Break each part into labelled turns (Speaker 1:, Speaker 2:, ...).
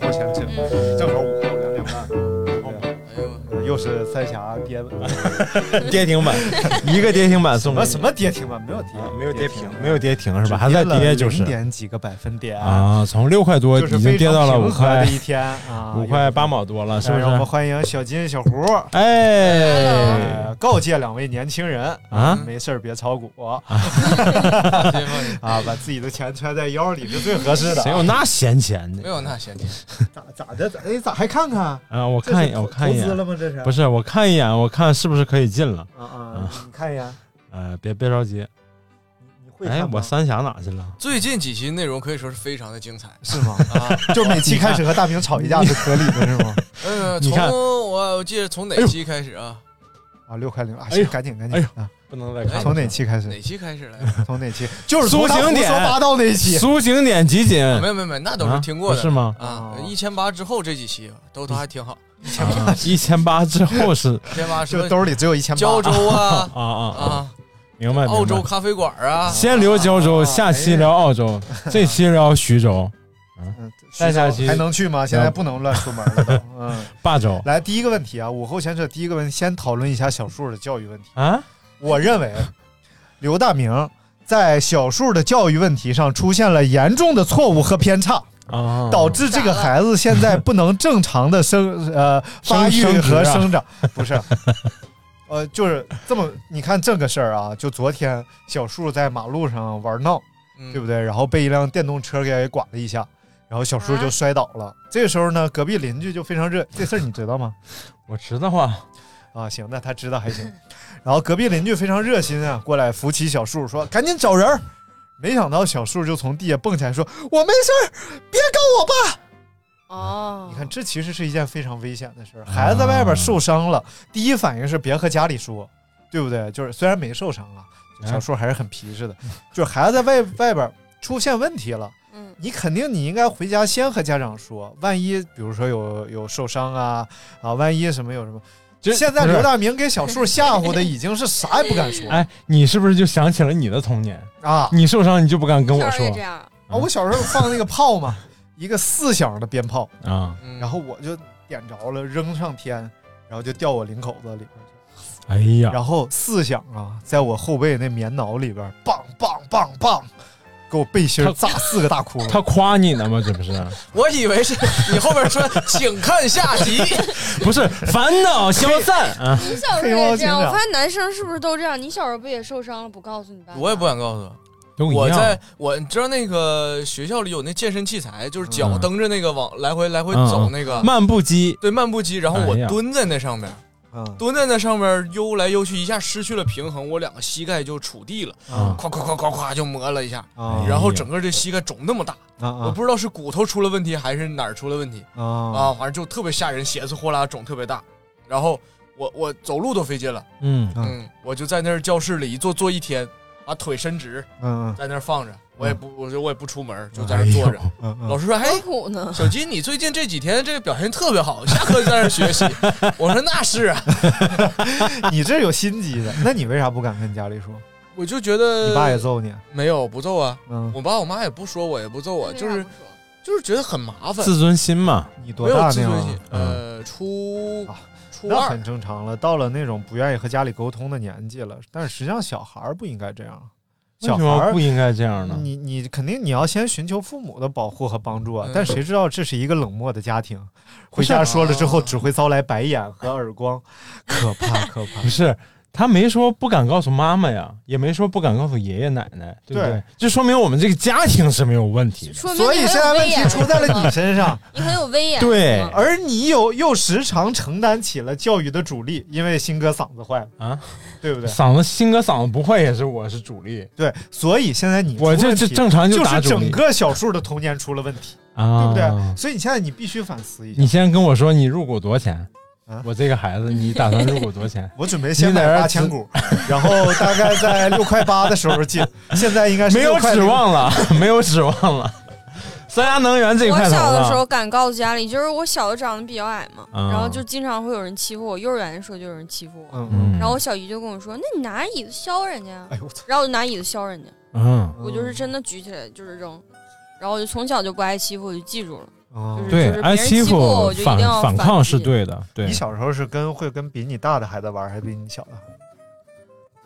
Speaker 1: 后闲置，正好午后两点半。呃又是三峡跌
Speaker 2: 跌停板，一个跌停板
Speaker 1: 什
Speaker 2: 送
Speaker 1: 么
Speaker 2: 给
Speaker 1: 啊什么跌停吧？没有跌
Speaker 2: 你，啊没有跌
Speaker 1: 停
Speaker 2: 停，没有跌停是吧？还
Speaker 1: 只
Speaker 2: 在
Speaker 1: 了
Speaker 2: 跌就是
Speaker 1: 0点几个百分点，
Speaker 2: 啊，从六块多
Speaker 1: 就
Speaker 2: 已
Speaker 1: 是
Speaker 2: 经
Speaker 1: 非
Speaker 2: 跌到了
Speaker 1: 常
Speaker 2: 五
Speaker 1: 平和
Speaker 2: 块
Speaker 1: 的一天 啊，
Speaker 2: 五块八毛多了，
Speaker 1: 有。
Speaker 2: 是不
Speaker 1: 让我们
Speaker 2: 是？
Speaker 1: 欢迎小金、小胡。
Speaker 2: 哎，
Speaker 1: 呃，告诫两位年轻人
Speaker 2: 啊
Speaker 1: 没事儿别炒股啊，
Speaker 2: 啊
Speaker 1: 把自己的钱揣在腰里是最合适的。
Speaker 2: 谁有那闲钱
Speaker 3: 没
Speaker 2: 的？
Speaker 3: 有那闲钱，
Speaker 1: 咋咋的？咋哎，咋还看看？
Speaker 2: 啊，我
Speaker 1: 这是
Speaker 2: 看一眼，我看一
Speaker 1: 投资了
Speaker 2: 眼，
Speaker 1: 吗？这是
Speaker 2: 不
Speaker 1: 是
Speaker 2: 是，我看一眼，我看是不是可以进了？
Speaker 1: 啊啊？你看一眼，
Speaker 2: 呃，别别着急，
Speaker 1: 你会看
Speaker 2: 哎
Speaker 1: 吗，
Speaker 2: 我三峡哪去了？
Speaker 3: 最近几期内容可以说是非常的 精彩
Speaker 1: 是吗？
Speaker 3: 啊。
Speaker 1: 就每期开始和大明吵一架是合理的，是吗？
Speaker 3: 呃，
Speaker 2: 你
Speaker 3: 从
Speaker 2: 看
Speaker 3: 我我记得从哪期开始啊？
Speaker 1: 啊，六块零，啊，
Speaker 2: 哎呦
Speaker 1: 行，赶紧赶
Speaker 2: 哎
Speaker 1: 紧
Speaker 2: 呦
Speaker 1: 啊！
Speaker 2: 不能再
Speaker 1: 从
Speaker 2: 看哎
Speaker 1: 哪期开始？
Speaker 3: 哪期开始来？
Speaker 2: 嗯
Speaker 1: 从哪期？就是
Speaker 2: 苏
Speaker 1: 从他
Speaker 2: 醒
Speaker 1: 胡
Speaker 2: 点
Speaker 1: 说八道那一期。
Speaker 2: 苏醒点集锦，
Speaker 3: 没有没有没有，那都
Speaker 2: 啊
Speaker 3: 是听过
Speaker 2: 不
Speaker 3: 的，
Speaker 2: 是吗？嗯
Speaker 3: 啊
Speaker 1: 哦，
Speaker 3: 一千八之后这几期都都还挺好，
Speaker 2: 一千八之后是
Speaker 3: 一千八什
Speaker 1: 就
Speaker 3: 么
Speaker 1: 兜里只有一千八，
Speaker 3: 胶州 啊
Speaker 2: 啊啊啊，
Speaker 3: 啊，
Speaker 2: 明白？明白
Speaker 3: 澳洲咖啡馆啊，
Speaker 2: 先聊胶州，
Speaker 3: 啊
Speaker 2: 下期聊澳
Speaker 1: 哦
Speaker 2: 洲，
Speaker 1: 哎
Speaker 2: 这期聊徐州、
Speaker 1: 嗯，
Speaker 2: 再下去
Speaker 1: 还能去吗？现在不能乱出门 了都。嗯，
Speaker 2: 霸州
Speaker 1: 来第一个问题啊，午后闲扯第一个问题，先讨论一下小数的教育问题。
Speaker 2: 啊，
Speaker 1: 我认为，刘大明在小数的教育问题上出现了严重的错误和偏差，
Speaker 2: 啊
Speaker 1: 导致这个孩子现在不能正常 的生呃发育
Speaker 2: 生殖
Speaker 1: 和
Speaker 2: 啊
Speaker 1: 生长，不是。 呃，就是这么，你看这个事儿啊，就昨天小树在马路上玩闹，
Speaker 3: 嗯
Speaker 1: 对不对？然后被一辆电动车给刮了一下，然后小叔
Speaker 2: 啊
Speaker 1: 就摔倒了。这个时候呢，隔壁邻居就非常热，这事儿你知 道吗？
Speaker 2: 我知道啊，
Speaker 1: 啊，行，那他知道还行。然后隔壁邻居非常热心啊，过来扶起小树说：“赶紧找人儿。”没想到小树就从地下蹦起来说：“我没事儿，别告我爸。”
Speaker 4: 哦，
Speaker 1: 你看，这其实是一件非常危险的事儿。孩子在外边受伤了，第一反应是别和家里说，对不对？就是虽然没受伤啊，就小树还是很皮 实的。就是孩子在外外边出现问题了，
Speaker 4: 嗯，
Speaker 1: 你肯定你应该回家先和家长说，万一比如说有有受伤啊啊，万一什么有什么。
Speaker 2: 这
Speaker 1: 现在
Speaker 2: 不是
Speaker 1: 刘大明给小树吓唬的已经是啥也不敢 说
Speaker 2: 哎，你是不是就想起了你的童年？
Speaker 1: 啊
Speaker 2: 你受伤你就不敢跟我
Speaker 4: 片儿也这
Speaker 2: 说
Speaker 4: 样，
Speaker 1: 啊！
Speaker 2: 嗯
Speaker 1: 我小时候放那个炮嘛，一个四响的鞭炮，
Speaker 2: 啊？
Speaker 3: 嗯
Speaker 1: 然后我就点着了，扔上天，然后就掉我领口子里边
Speaker 2: 哎
Speaker 1: 去。
Speaker 2: 呀，
Speaker 1: 然后四响啊，在我后背那棉袄里边，棒棒棒棒，给我背心儿炸四个大窟窿。
Speaker 2: 他夸你呢吗？这 不是，
Speaker 3: 我以为是你后边说请看下 集，
Speaker 2: 不是烦恼消散啊！
Speaker 4: 你小时候
Speaker 1: 黑猫
Speaker 4: 也这
Speaker 1: 警
Speaker 4: 样，
Speaker 1: 长
Speaker 4: 我发现男生是不是都这样？你小时候不也受伤了，不告诉你爸？
Speaker 3: 我也不。敢告诉他。
Speaker 2: 都
Speaker 3: 我
Speaker 2: 一样
Speaker 3: 在，我你知道那个学校里有那健身器材，就是脚
Speaker 2: 嗯
Speaker 3: 蹬着那个往来回来回
Speaker 2: 嗯
Speaker 3: 走
Speaker 2: 嗯
Speaker 3: 那个，
Speaker 2: 漫步机
Speaker 3: 对漫步机，然后我
Speaker 2: 哎呀
Speaker 3: 蹲在那上面，
Speaker 1: 嗯，
Speaker 3: 蹲在那上面悠来悠去，一下失去了平衡，我两个膝盖就杵地了，
Speaker 2: 啊，
Speaker 3: 咵咵咵咵咵就磨了一下，
Speaker 2: 哎
Speaker 1: 啊
Speaker 3: 然后整个这膝盖肿那么大，
Speaker 1: 啊
Speaker 3: 我
Speaker 2: 嗯
Speaker 1: 啊
Speaker 3: 不知道是骨头出了问题还是哪儿出了问题
Speaker 1: 啊
Speaker 3: 啊，反正就特别吓人，血丝呼啦肿特别大，然后我我走路都费劲了，
Speaker 2: 嗯，
Speaker 1: 嗯
Speaker 3: 嗯，我就在那儿教室里一坐坐一天，把腿伸直，
Speaker 1: 嗯
Speaker 3: 在那儿放着，我也不我就我也不出门，就在那儿坐着。
Speaker 1: 嗯嗯
Speaker 3: 老师说：“嘿，
Speaker 4: 何苦呢？
Speaker 3: 小金，你最近这几天这个表现特别好，下课就在那儿学习。” 我说：“那是啊，
Speaker 1: 嗯，你这有心机的，那你为啥不敢跟家里说？
Speaker 3: 我就觉得
Speaker 1: 你爸也揍你？
Speaker 3: 没有不揍啊，
Speaker 1: 嗯，
Speaker 3: 呃我爸我妈也不说我，也不揍我，就是就是觉得很麻烦，
Speaker 2: 自尊心嘛，
Speaker 1: 你多
Speaker 3: 没有
Speaker 1: 大
Speaker 3: 自
Speaker 1: 那样
Speaker 3: 尊
Speaker 1: 啊
Speaker 3: 心？。呃，初
Speaker 1: 啊
Speaker 3: 初
Speaker 1: 那
Speaker 3: 二
Speaker 1: 很正常了，到了那种不愿意和家里沟通的年纪了。但是实际上，小孩儿不应该这样。啊小孩
Speaker 2: 为什么
Speaker 1: 儿
Speaker 2: 不应该这样呢
Speaker 1: 你你肯定你要先寻求父母的保护和帮助啊
Speaker 2: 嗯，
Speaker 1: 但谁知道这是一个冷漠的家庭，
Speaker 2: 不啊
Speaker 1: 回
Speaker 2: 是
Speaker 1: 家说了之后只会遭来白眼和耳光，可 怕可怕。
Speaker 2: 不是，他没说不敢告诉妈妈呀，也没说不敢告诉爷爷奶奶，对不对？
Speaker 1: 对
Speaker 2: 就说明我们这个家庭是没有啊问题的。
Speaker 4: 说明
Speaker 1: 所以
Speaker 4: 你
Speaker 1: 现
Speaker 4: 很
Speaker 1: 在
Speaker 4: 有
Speaker 1: 问
Speaker 4: 威
Speaker 1: 题
Speaker 4: 严，
Speaker 1: 出在了你身上。
Speaker 4: 你很有威严。
Speaker 2: 对
Speaker 1: 而你有又时常承担起了教育的主力，因为新哥嗓子坏了
Speaker 2: 啊，
Speaker 1: 对不对？
Speaker 2: 嗓子新哥嗓子不坏也是我是主力
Speaker 1: 对，所以现在你
Speaker 2: 我
Speaker 1: 出
Speaker 2: 这
Speaker 1: 问
Speaker 2: 这
Speaker 1: 题
Speaker 2: 正常
Speaker 1: 就
Speaker 2: 打
Speaker 1: 是
Speaker 2: 主力
Speaker 1: 整个小树的童年出了问题，对
Speaker 2: 啊，
Speaker 1: 不对？所以你现在你必须反思一下。？
Speaker 2: 你先跟我说你入股多少钱？我这个孩子，你打算入股多少钱
Speaker 1: 我准备先买八千股， 然后大概在六块八的时候进。 现在应该是
Speaker 2: 没有
Speaker 1: 6块
Speaker 2: 指
Speaker 1: 零
Speaker 2: 望了， 没有指望了。三峡能源这一
Speaker 4: 我
Speaker 2: 块头
Speaker 4: 小的时候
Speaker 2: 了，
Speaker 4: 敢告诉家里，就是我小的长得比较矮嘛，
Speaker 2: 啊
Speaker 1: 嗯
Speaker 4: 然后就经常会有人欺负我。幼儿园的时候就有人欺负我，
Speaker 2: 嗯嗯
Speaker 4: 然后我小姨就跟我说：“那你拿椅子削人家。”
Speaker 1: 哎呦我操！
Speaker 4: 然后我就拿椅子削人家，
Speaker 2: 嗯
Speaker 4: 我就是真的举起来就是扔，然后我就从小就不挨欺负，我就记住了。
Speaker 1: 哦
Speaker 4: 就是
Speaker 2: 对
Speaker 4: 就是，别
Speaker 2: 挨
Speaker 4: 人欺负我
Speaker 2: 负
Speaker 4: 我就一
Speaker 2: 反
Speaker 4: 定要
Speaker 2: 反抗是对的，对。
Speaker 1: 你小时候是跟会跟比你大的孩子玩，还是比你小的孩子？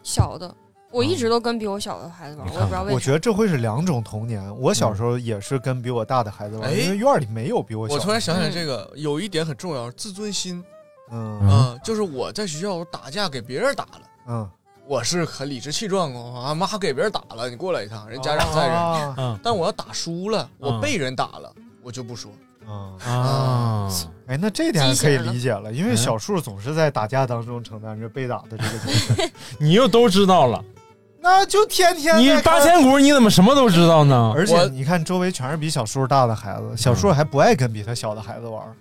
Speaker 4: 小的，我一
Speaker 2: 嗯
Speaker 4: 直都跟比我小的孩子玩，我也不知道啊为
Speaker 1: 我
Speaker 4: 啥。
Speaker 1: 觉得这会是两种童年。我小时候也是跟比我大的孩子玩，
Speaker 3: 哎
Speaker 1: 因为院里没有比我小。
Speaker 3: 我突然想起来，这个有一点很重要，自尊心。
Speaker 1: 嗯
Speaker 3: 啊，就是我在学校打架给别人打了，
Speaker 1: 嗯，
Speaker 3: 我是很理直气壮的，我啊妈给别人打了，你过来一趟，人家长在
Speaker 1: 啊
Speaker 2: 嗯
Speaker 3: 这儿。但我要打输了，我
Speaker 1: 嗯
Speaker 3: 被人打了，我就不说。
Speaker 1: 啊
Speaker 2: 啊！
Speaker 1: 哎，那这点可以理
Speaker 3: 激
Speaker 1: 解
Speaker 3: 起来
Speaker 1: 了，
Speaker 3: 了
Speaker 1: 因为小树总是在打架当中承担着被打的这个责任。
Speaker 2: 你又都知道了，
Speaker 1: 那就天天
Speaker 2: 你
Speaker 1: 在看
Speaker 2: 八千股你怎么什么都知道呢？
Speaker 1: 而且你看，周围全是比小叔大的孩子，小叔还不爱跟比他小的孩子玩儿，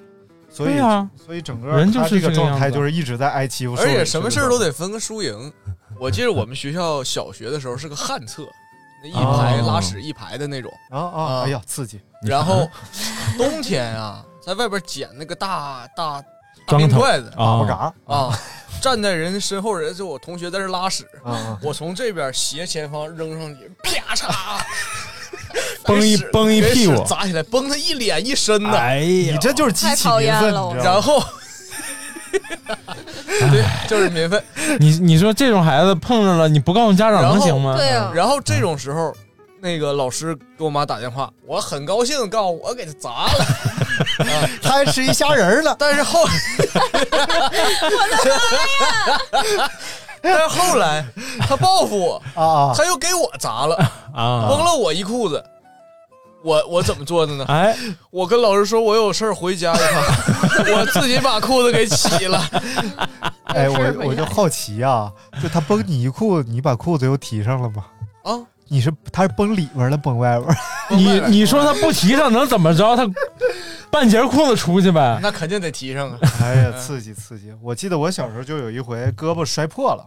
Speaker 1: 所
Speaker 2: 嗯
Speaker 1: 以
Speaker 2: 对啊
Speaker 1: 所以整个
Speaker 2: 人就是
Speaker 1: 他这
Speaker 2: 这
Speaker 1: 个
Speaker 2: 个
Speaker 1: 状态
Speaker 2: 样子
Speaker 1: 就是一直在挨欺负，
Speaker 3: 而
Speaker 1: 受
Speaker 3: 且
Speaker 1: 委
Speaker 3: 什
Speaker 1: 屈
Speaker 3: 么
Speaker 1: 的
Speaker 3: 事儿
Speaker 1: 状
Speaker 3: 都
Speaker 1: 态
Speaker 3: 得分个输赢。 我记得我们学校小学的时候是个旱厕，那一排
Speaker 1: 哦
Speaker 3: 拉屎一排的那种。
Speaker 2: 哦
Speaker 1: 啊啊！哎呀，刺激！
Speaker 3: 然后冬天啊，在外边捡那个大大大
Speaker 1: 砖
Speaker 3: 冰
Speaker 1: 头
Speaker 3: 块子，
Speaker 1: 啊不嘎
Speaker 3: 啊，站在人身后，人就我同学在这拉屎
Speaker 1: 啊，
Speaker 3: 我从这边斜前方扔上去，啪嚓，
Speaker 2: 崩一崩一
Speaker 3: 给
Speaker 2: 屁
Speaker 3: 屎
Speaker 2: 股，
Speaker 3: 砸起来，崩他一脸一身的。
Speaker 2: 哎呀你这就是激起民愤你知道吗
Speaker 3: 然后， 对，就是民愤。
Speaker 2: 你你说这种孩子碰上了，你不告诉家长
Speaker 3: 然后
Speaker 2: 能行吗？
Speaker 3: 然后这种时候，那个老师给我妈打电话，我很高兴地告诉我我给他砸 了，啊
Speaker 1: 他还吃一虾仁儿呢。
Speaker 3: 但是后， 但是后来他报复我
Speaker 1: 啊
Speaker 3: 他又给我砸了
Speaker 2: 啊
Speaker 3: 崩了我一裤子。我我怎么做的呢？
Speaker 1: 啊
Speaker 2: 哎，
Speaker 3: 我跟老师说，我有事儿回家一 趟，我自己把裤子给洗了。
Speaker 1: 哎，我我就好奇啊，就他崩你一裤，你把裤子又提上了吗？
Speaker 3: 啊，
Speaker 1: 你是他是崩里边儿了，崩外边儿？
Speaker 2: 你你说他不提上能怎么着？他半截裤子出去呗。
Speaker 3: 那肯定得提上啊！
Speaker 1: 哎呀，刺激刺激！我记得我小时候就有一回胳膊摔破了，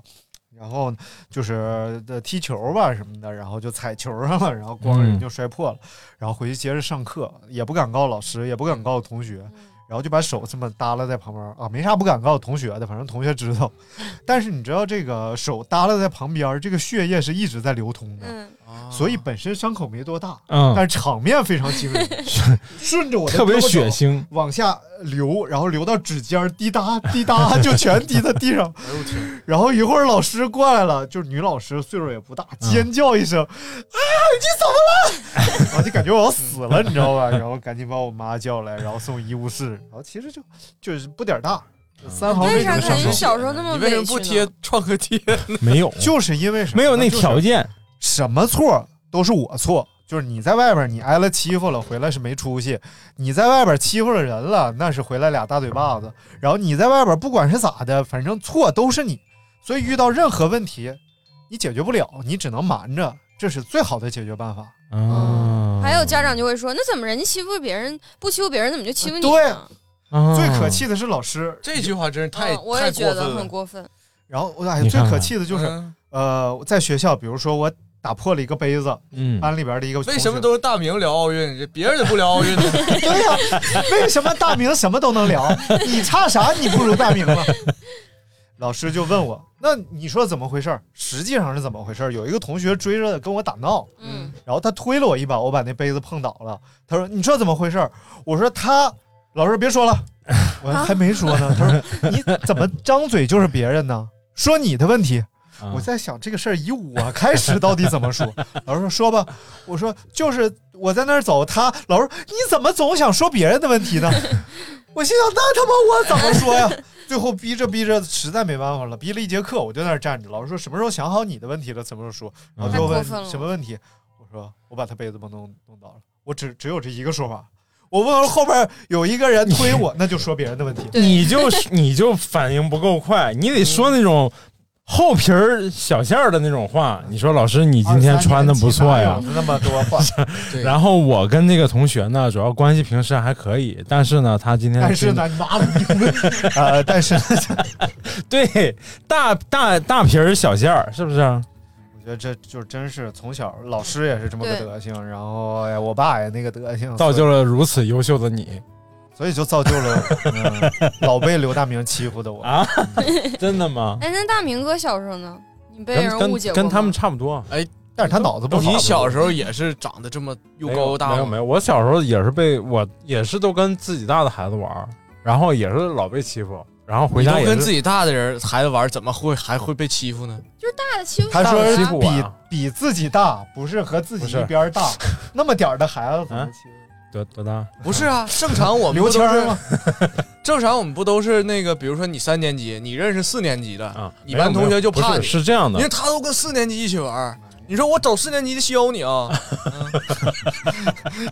Speaker 1: 然后就是呃踢球吧什么的，然后就踩球上了，然后光
Speaker 2: 嗯
Speaker 1: 人就摔破了，然后回去接着上课，也不敢告老师，也不敢告同
Speaker 2: 嗯
Speaker 1: 学。然后就把手这么耷拉在旁边儿啊，没啥不敢告同学的，反正同学知道。 但是你知道这个手耷拉在旁边儿，这个血液是一直在流通的，
Speaker 4: 嗯
Speaker 1: 所以本身伤口没多大，
Speaker 2: 嗯
Speaker 1: 但是场面非常惊 人，顺着我的
Speaker 2: 特别
Speaker 1: 胳膊肘
Speaker 2: 血腥
Speaker 1: 往下流，然后流到指尖儿，滴答 滴答就全滴在地上。然后一会儿老师过来了，就是女老师，岁数也不大，尖叫一声，啊，你怎么 了？然后就感觉我要死了，你知道吧？然后赶紧把我妈叫来，然后送医务室。然后其实就就是不点儿大，三毫米的
Speaker 4: 为啥
Speaker 1: 伤
Speaker 4: 感
Speaker 1: 口
Speaker 4: 觉。小时候那么
Speaker 3: 嗯你为什么不
Speaker 4: 委屈
Speaker 3: 贴
Speaker 4: 呢？
Speaker 3: 创可贴呢？
Speaker 2: 没有
Speaker 1: 就是因为什么
Speaker 2: 没有那
Speaker 1: 就是
Speaker 2: 条件，
Speaker 1: 什么错都是我错。就是你在外边你挨了欺负了，回来是没出息；你在外边欺负了人了，那是回来俩大嘴巴子。然后你在外边不管是咋的，反正错都是你。所以遇到任何问题，你解决不了，你只能瞒着，这是最好的解决办法。
Speaker 2: 嗯，
Speaker 4: 还有家长就会说，那怎么人家欺负别人不欺负别人，怎么就欺负你
Speaker 1: 对
Speaker 4: 呢？
Speaker 2: 嗯啊
Speaker 1: 最可气的是老师，
Speaker 3: 这句话真是啊太
Speaker 4: 嗯，我也觉得很过分。
Speaker 1: 然后我哎，
Speaker 2: 你
Speaker 1: 最
Speaker 2: 看看嗯
Speaker 1: 可气的就是，
Speaker 3: 嗯
Speaker 1: 呃，在学校，比如说我打破了一个杯子，
Speaker 2: 嗯
Speaker 1: 班里边的一个同
Speaker 3: 为什么
Speaker 1: 学
Speaker 3: 都是大明聊奥运，这别人怎么不聊奥运呢？
Speaker 1: 对呀、为什么大明什么都能 聊？你差啥？你不如大明吗？ 老师就问我，那你说怎么回事儿？实际上是怎么回事儿？有一个同学追着跟我打闹，
Speaker 4: 嗯，
Speaker 1: 然后他推了我一把，我把那杯子碰倒了。他说：“你说怎么回事儿？”我说：“他，老师别说了，我还没说呢。他说：“你怎么张嘴就是别人呢？说你的问题。”
Speaker 2: 嗯
Speaker 1: 我在想这个事儿以我开始到底怎么说。老师说说吧，我说就是我在那儿走，他老师你怎么总想说别人的问题呢？我心想那他妈我怎么说呀？最后逼着逼着，实在没办法了，逼了一节课，我就在那儿站着。老师说什么时候想好你的问题了，什么时候说。
Speaker 2: 嗯
Speaker 1: 然后最后
Speaker 4: 太过分
Speaker 1: 问
Speaker 4: 了
Speaker 1: 什么问题，我说我把他被子蒙弄弄倒了，我只只有这一个说法。我问完后边有一个人推我，那就说别人的问题。
Speaker 2: 你 就是你就反应不够快，你得说那种厚皮儿小馅儿的那种话。你说老师，你今天穿的不错呀。
Speaker 1: 那么多 话，
Speaker 3: 对
Speaker 2: 然后我跟那个同学呢，主要关系平时还可以，但是呢，他今天
Speaker 1: 但是呢，你妈逼，呃，但是
Speaker 2: 对大大大皮儿小馅儿，是不是？
Speaker 3: 啊
Speaker 1: 我觉得这就真是从小老师也是这么个
Speaker 4: 对
Speaker 1: 德行，然后哎呀，我爸也那个德行，
Speaker 2: 造就了如此优秀的你
Speaker 1: 所以，所以就造就了、嗯、老被刘大明欺负的我。
Speaker 2: 啊！ 真的吗？
Speaker 4: 哎，那大明哥小时候呢？你哎被
Speaker 2: 跟
Speaker 4: 人
Speaker 2: 跟
Speaker 4: 误解过
Speaker 2: 跟
Speaker 4: 吗
Speaker 2: 他们差不多。啊
Speaker 3: 哎，
Speaker 1: 但是他脑子不好。
Speaker 3: 你小时候也是长得这么又高又大
Speaker 2: 没有
Speaker 3: 吗
Speaker 2: 没有，我小时候也是被我也是都跟自己大的孩子玩儿，然后也是老被欺负，然后回
Speaker 3: 你
Speaker 2: 家
Speaker 3: 都
Speaker 2: 也
Speaker 3: 跟
Speaker 2: 是
Speaker 3: 自己大的人孩子玩，怎么会还会被欺负呢？
Speaker 4: 就是大的欺负
Speaker 1: 他
Speaker 4: 小
Speaker 1: 说
Speaker 4: 的
Speaker 2: 欺
Speaker 4: 啊
Speaker 2: 负我
Speaker 1: 比
Speaker 2: 啊
Speaker 1: 比自己大，不是和自
Speaker 2: 不
Speaker 1: 己
Speaker 2: 是
Speaker 1: 一边 大，那么点儿的孩子怎么
Speaker 2: 啊
Speaker 1: 欺负？
Speaker 2: 多多大？
Speaker 3: 不是啊，正 常我们
Speaker 1: 刘
Speaker 3: 不
Speaker 1: 谦
Speaker 3: 都
Speaker 1: 儿
Speaker 3: 是
Speaker 1: 吗？
Speaker 3: 正常我们不都是那个，比如说你三年级，你认识四年级的，
Speaker 2: 啊，
Speaker 3: 你班同学就怕
Speaker 2: 不
Speaker 3: 你，
Speaker 2: 是是这样
Speaker 3: 因为
Speaker 2: 的，
Speaker 3: 他都跟四年级一起玩儿。你说我找四年级的削你啊？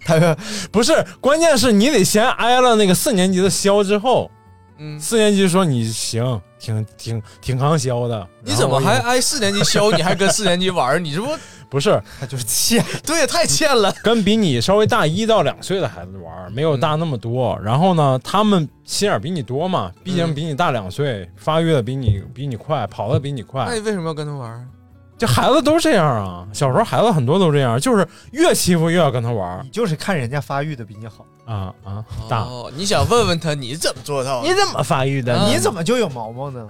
Speaker 1: 他说
Speaker 2: 不是，关键是你得先挨了那个四年级的削之后，
Speaker 3: 嗯，
Speaker 2: 四年级说你行，挺挺挺扛削的。
Speaker 3: 你怎么还
Speaker 2: 然后我
Speaker 3: 挨四年级削？你还跟四年级玩儿？你这不
Speaker 2: 也不是
Speaker 1: 他就是欠。
Speaker 3: 对也太欠了。
Speaker 2: 跟比你稍微大一到两岁的孩子玩儿，没有大那么多。然后呢，他们心眼儿比你多嘛，毕竟比你大两岁，发育的比你比你快，跑的比你快。
Speaker 3: 哎那你为什么要跟他玩儿？
Speaker 2: 这孩子都这样啊，小时候孩子很多都这样，就是越欺负越要跟他玩儿
Speaker 1: 你就是看人家发育的比你好，
Speaker 2: 啊啊！大、
Speaker 3: 哦，你想问问他你怎么做 到的？
Speaker 2: 怎么发育的
Speaker 3: 啊
Speaker 1: 你怎么就有毛毛呢？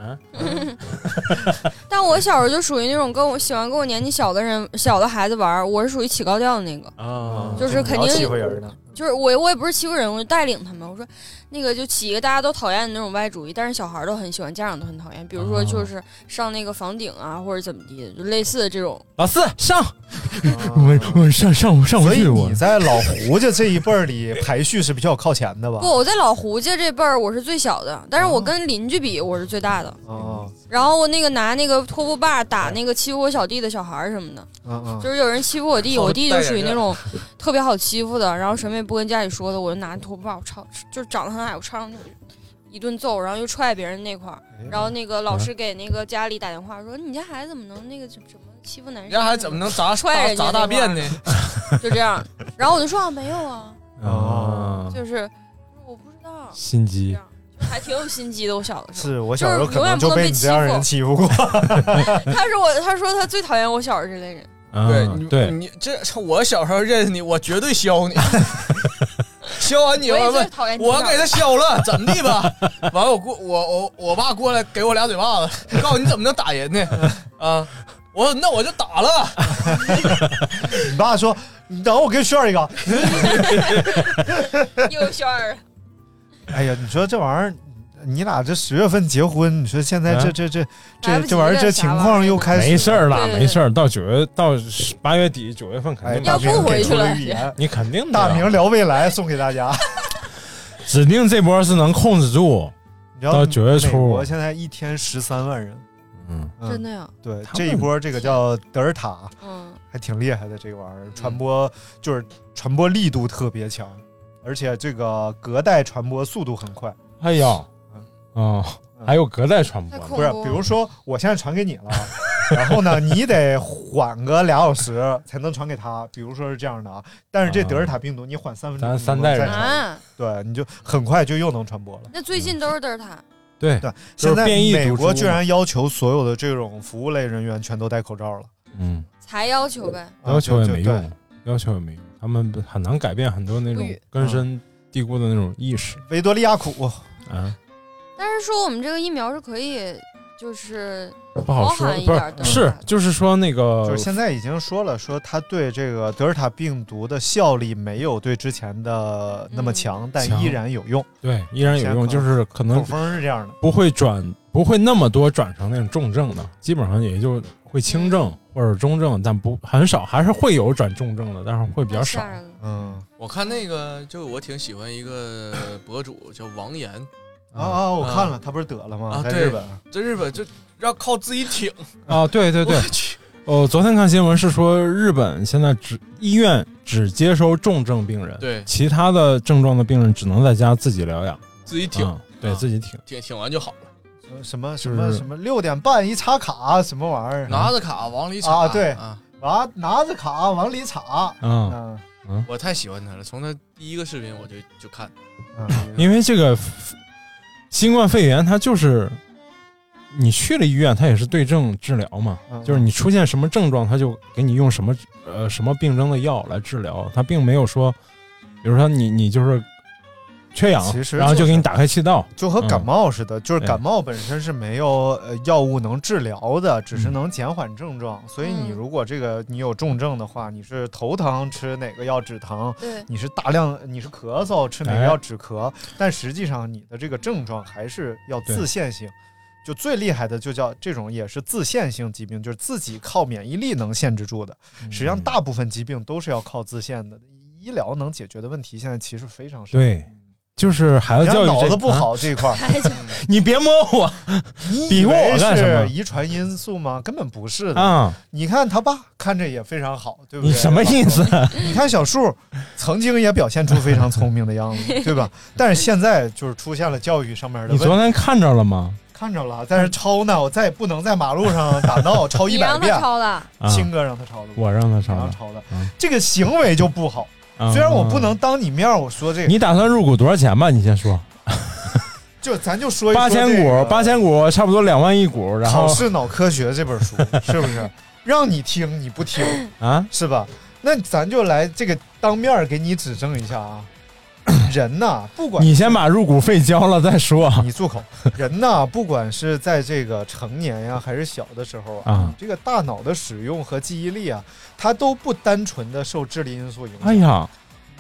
Speaker 4: 但我小时候就属于那种跟我喜欢跟我年纪小的人、小的孩子玩儿，我是属于起高调的那个，
Speaker 2: 啊？
Speaker 4: 就是肯
Speaker 1: 老
Speaker 4: 定
Speaker 1: 欺负人呢。
Speaker 4: 就是我我也不是欺负人，我就带领他们。我说那个就起一个大家都讨厌的那种歪主意，但是小孩儿都很喜欢，家长都很讨厌。比如说就是上那个房顶啊，或者怎么地，就类似的这种。
Speaker 2: 老四上，
Speaker 1: 啊
Speaker 2: 我上上上
Speaker 1: 所以你在老胡家这一辈儿里排序是比较靠前的吧
Speaker 4: 不，？我在老胡家这辈儿我是最小的，但是我跟邻居比我是最大的。
Speaker 1: 啊，
Speaker 4: 然后我那个拿那个拖布把打那个欺负我小弟的小孩儿什么的，
Speaker 1: 嗯嗯，
Speaker 4: 就是有人欺负我弟，
Speaker 3: 啊好
Speaker 4: 我弟就
Speaker 3: 带
Speaker 4: 属于
Speaker 3: 点
Speaker 4: 那 种特别好欺负的，然后什么也不跟家里说的，我就拿拖布把我抄，就是长得很矮，我抄上去一顿揍，然后又踹别人那块儿，
Speaker 3: 哎
Speaker 4: 然后那个
Speaker 3: 啊
Speaker 4: 老师给那个家里打电话说，你家孩子怎么能那个什么欺负男生？
Speaker 3: 人家还怎么能 砸
Speaker 4: 踹
Speaker 3: 砸
Speaker 4: 人家
Speaker 3: 砸大
Speaker 4: 那块儿
Speaker 3: 便呢？
Speaker 4: 就这 样？然后我就说啊没有啊，
Speaker 2: 啊，
Speaker 4: 就是我不知道，
Speaker 2: 心
Speaker 4: 这
Speaker 2: 机
Speaker 4: 样还挺有心机的。我小的时
Speaker 1: 是我小时候可能就被你这样人欺负过。
Speaker 4: 候，他是我，他说他最讨厌我小时候这类人。
Speaker 2: 啊
Speaker 3: 嗯对你
Speaker 2: 对，
Speaker 3: 你这我小时候认识你，我绝对削 你，削完你
Speaker 4: 我也
Speaker 3: 完
Speaker 4: 最
Speaker 3: 问。
Speaker 4: 讨厌你
Speaker 3: 我
Speaker 4: 这
Speaker 3: 给
Speaker 4: 样
Speaker 3: 他 削了，怎么地吧？完了，我过我我我爸过来给我俩嘴巴子， 告诉你怎么能打人呢？啊，我说那我就打了。
Speaker 1: 你爸说，你等我给你炫一个。
Speaker 4: 又炫儿，
Speaker 1: 哎呀，你说这玩意儿，你俩这十月份结婚，你说现在这
Speaker 2: 啊
Speaker 1: 这这
Speaker 4: 来
Speaker 1: 这
Speaker 4: 不及
Speaker 1: 这玩意儿
Speaker 4: 了
Speaker 1: 这
Speaker 4: 啥
Speaker 1: 情
Speaker 4: 玩意儿
Speaker 1: 况
Speaker 4: 呢
Speaker 1: 又开始
Speaker 2: 没事儿啦，
Speaker 4: 对对对
Speaker 2: 没事儿。到九月到八月底九月份肯
Speaker 1: 哎，
Speaker 2: 定
Speaker 1: 大
Speaker 4: 要
Speaker 1: 明
Speaker 4: 不回
Speaker 1: 给
Speaker 4: 去
Speaker 1: 出
Speaker 4: 了
Speaker 1: 预言，
Speaker 2: 你肯定的
Speaker 1: 大明聊未来送给大家。
Speaker 2: 指定这波是能控制住。
Speaker 1: 你知道
Speaker 2: 到九月初
Speaker 1: 美国现在一天十三万人，
Speaker 2: 嗯，
Speaker 1: 嗯
Speaker 4: 真的呀，
Speaker 1: 对
Speaker 2: 他们
Speaker 1: 这一波这个叫德尔塔，
Speaker 4: 嗯，
Speaker 1: 还挺厉害的这个玩意儿，传
Speaker 2: 嗯
Speaker 1: 播就是传播力度特别强，而且这个隔代传播速度很快。
Speaker 2: 哎呀，
Speaker 1: 嗯
Speaker 2: 哦，还有隔代传播
Speaker 4: 太
Speaker 2: 呢，
Speaker 4: 恐怖
Speaker 1: 不是
Speaker 4: 了。，
Speaker 1: 比如说我现在传给你 了，然后呢，你得缓个俩小时才能传给他。比如说是这样的啊，但是这德尔塔病毒你缓三分钟，
Speaker 2: 咱
Speaker 1: 你能
Speaker 2: 三代人
Speaker 1: 再
Speaker 3: 嗯
Speaker 1: 传，
Speaker 4: 啊，
Speaker 1: 对，你就很快就又能传播了。
Speaker 4: 那最近都是德尔塔，
Speaker 2: 对，
Speaker 1: 对，
Speaker 2: 就是
Speaker 1: 现在
Speaker 2: 变异毒株
Speaker 1: 美国居
Speaker 2: 嘛
Speaker 1: 然要求所有的这种服务类人员全都戴口罩了，
Speaker 2: 嗯。
Speaker 4: 才要求呗。
Speaker 1: 啊
Speaker 2: 要求也没。
Speaker 1: 就就对
Speaker 2: 用，要求也没用，他们很难改变很多那
Speaker 4: 不
Speaker 2: 种
Speaker 4: 语
Speaker 2: 根深蒂固的那种意识
Speaker 1: 维多利亚苦，
Speaker 2: 啊，
Speaker 4: 但是说我们这个疫苗是可以，就是
Speaker 2: 不好
Speaker 4: 包
Speaker 2: 说
Speaker 4: 含，一
Speaker 2: 不
Speaker 4: 点儿
Speaker 2: 是
Speaker 4: 的
Speaker 2: 是就是说那
Speaker 1: 就
Speaker 2: 个
Speaker 1: 是现在已经说了，说它对这个德尔塔病毒的效力没有对之前
Speaker 3: 嗯
Speaker 1: 的那么强，但
Speaker 2: 强
Speaker 1: 依然有用。
Speaker 2: 对依然有
Speaker 1: 口
Speaker 2: 用，就是可能
Speaker 1: 口风是这样的，
Speaker 2: 不会转不会那么多转成那种重症的，基本上也就会轻症或者中症，但不很少，还是会有转重症的，但是会比较少。嗯，
Speaker 3: 我看那个，就我挺喜欢一个博主叫王岩。
Speaker 1: 啊啊！我看了，
Speaker 3: 啊
Speaker 1: 他不是得了吗？
Speaker 3: 啊，
Speaker 1: 在
Speaker 3: 对
Speaker 1: 日本，
Speaker 3: 在日本就要靠自己挺。
Speaker 2: 啊，对对对
Speaker 3: 我去，
Speaker 2: 哦，昨天看新闻是说，日本现在只医院只接收重症病人，
Speaker 3: 对
Speaker 2: 其他的症状的病人只能在家自己疗养，
Speaker 3: 自己挺
Speaker 2: 嗯对、自己挺。
Speaker 3: 挺挺完就好了。
Speaker 1: 什么
Speaker 2: 是
Speaker 1: 什么什么六点半一插卡，什么玩意儿？
Speaker 3: 拿着卡往里插
Speaker 1: 啊，对
Speaker 3: 啊，
Speaker 1: 拿拿着卡往里插。
Speaker 2: 嗯嗯
Speaker 3: 我太喜欢他了，从他第一个视频我就就看。
Speaker 1: 嗯
Speaker 2: 因为这个新冠肺炎，它就是你去了医院，它也是对症治疗嘛，
Speaker 1: 嗯
Speaker 2: 就是你出现什么症状，它就给你用什么呃什么病症的药来治疗，它并没有说，比如说你你就是缺氧，
Speaker 1: 其实
Speaker 2: 然后
Speaker 1: 就
Speaker 2: 就是给你打开气道，
Speaker 1: 就和感
Speaker 2: 嗯
Speaker 1: 冒似的，就是
Speaker 2: 对
Speaker 1: 感冒本身是没有呃药物能治疗的，只
Speaker 2: 嗯
Speaker 1: 是能减缓症状。所以你
Speaker 3: 嗯
Speaker 1: 如果这个你有重症的话，你是头疼吃哪个药止疼
Speaker 4: 对，
Speaker 1: 你是大量你是咳嗽吃哪个
Speaker 2: 哎
Speaker 1: 药止咳，但实际上你的这个症状还是要自
Speaker 2: 对
Speaker 1: 限性。就最厉害的就叫这种也是自限性疾病，就是自己靠免疫力能限制住的。
Speaker 2: 嗯
Speaker 1: 实际上大部分疾病都是要靠自限的，医疗能解决的问题现在其实非常少。
Speaker 2: 对，就是孩子
Speaker 1: 你看
Speaker 2: 教育
Speaker 1: 脑
Speaker 2: 这
Speaker 1: 子不
Speaker 2: 啊
Speaker 1: 好这一块儿，
Speaker 2: 你别摸我， 比
Speaker 1: 以
Speaker 2: 划
Speaker 1: 为
Speaker 2: 我干什
Speaker 1: 是
Speaker 2: 么？
Speaker 1: 遗传因素吗？根本不是的
Speaker 2: 啊！
Speaker 1: 你看他爸看着也非常好，对不对？
Speaker 2: 你什么意思？
Speaker 1: 你看小树曾经也表现出非常聪明的 样子，对吧？但是现在就是出现了教育上面的
Speaker 2: 你
Speaker 1: 问
Speaker 2: 昨
Speaker 1: 题。
Speaker 2: 天看着了吗？
Speaker 1: 看着了，但是抄呢，我再也不能在马路上打 闹抄一
Speaker 4: 你
Speaker 1: 百
Speaker 4: 让
Speaker 1: 遍
Speaker 4: 他。抄的，
Speaker 2: 啊
Speaker 1: 青哥让他抄的，
Speaker 2: 我让他抄
Speaker 1: 让
Speaker 2: 的
Speaker 1: 他抄的
Speaker 2: 嗯，
Speaker 1: 这个行为就不好。
Speaker 2: 啊
Speaker 1: 虽然我不能当你面儿我说这个，
Speaker 2: 你打算入股多少钱吧？你先说，
Speaker 1: 就咱就说一
Speaker 2: 八
Speaker 1: 说
Speaker 2: 千
Speaker 1: 这个
Speaker 2: 股，八千股，差不多两万一股，然后
Speaker 1: 考试脑科学》这本书是不 是？让你听你不听
Speaker 2: 啊，
Speaker 1: 是吧？那咱就来这个当面儿给你指正一 下啊。人呐，不管
Speaker 2: 你先把入股费交了再说。
Speaker 1: 你住口！人呐，不管是在这个成年呀、还是小的时候啊，
Speaker 2: 啊
Speaker 1: 这个大脑的使用和记忆力啊，它都不单纯的受智力因素影响，
Speaker 2: 哎呀，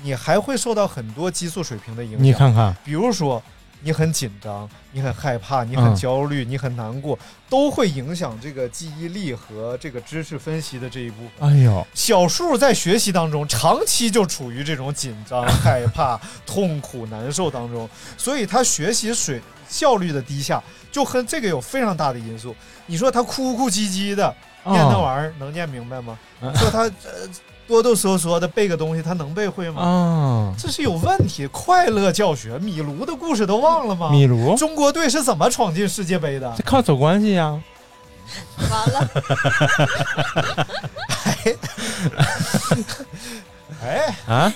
Speaker 1: 你还会受到很多激素水平的影响。
Speaker 2: 你看看，
Speaker 1: 比如说你很紧张，你很害怕，你很
Speaker 2: 嗯
Speaker 1: 焦虑，你很难过，都会影响这个记忆力和这个知识分析的这一部分。
Speaker 2: 哎呦，
Speaker 1: 小树在学习当中长期就处于这种紧张、害怕、痛苦、难受当中，所以他学习水效率的低下，就和这个有非常大的因素。你说他哭哭唧唧的念
Speaker 2: 哦
Speaker 1: 那玩意儿能念明白吗？
Speaker 2: 嗯
Speaker 1: 你说他呃哆哆嗦嗦的背个东西，他能背会吗？
Speaker 2: 啊，
Speaker 1: 这是有问题。快乐教学，米卢的故事都忘了吗？
Speaker 2: 米卢
Speaker 1: 啊中国队是怎么闯进世界杯的
Speaker 2: 这？靠走关系呀。
Speaker 4: 完了，
Speaker 1: 哎，
Speaker 2: 啊，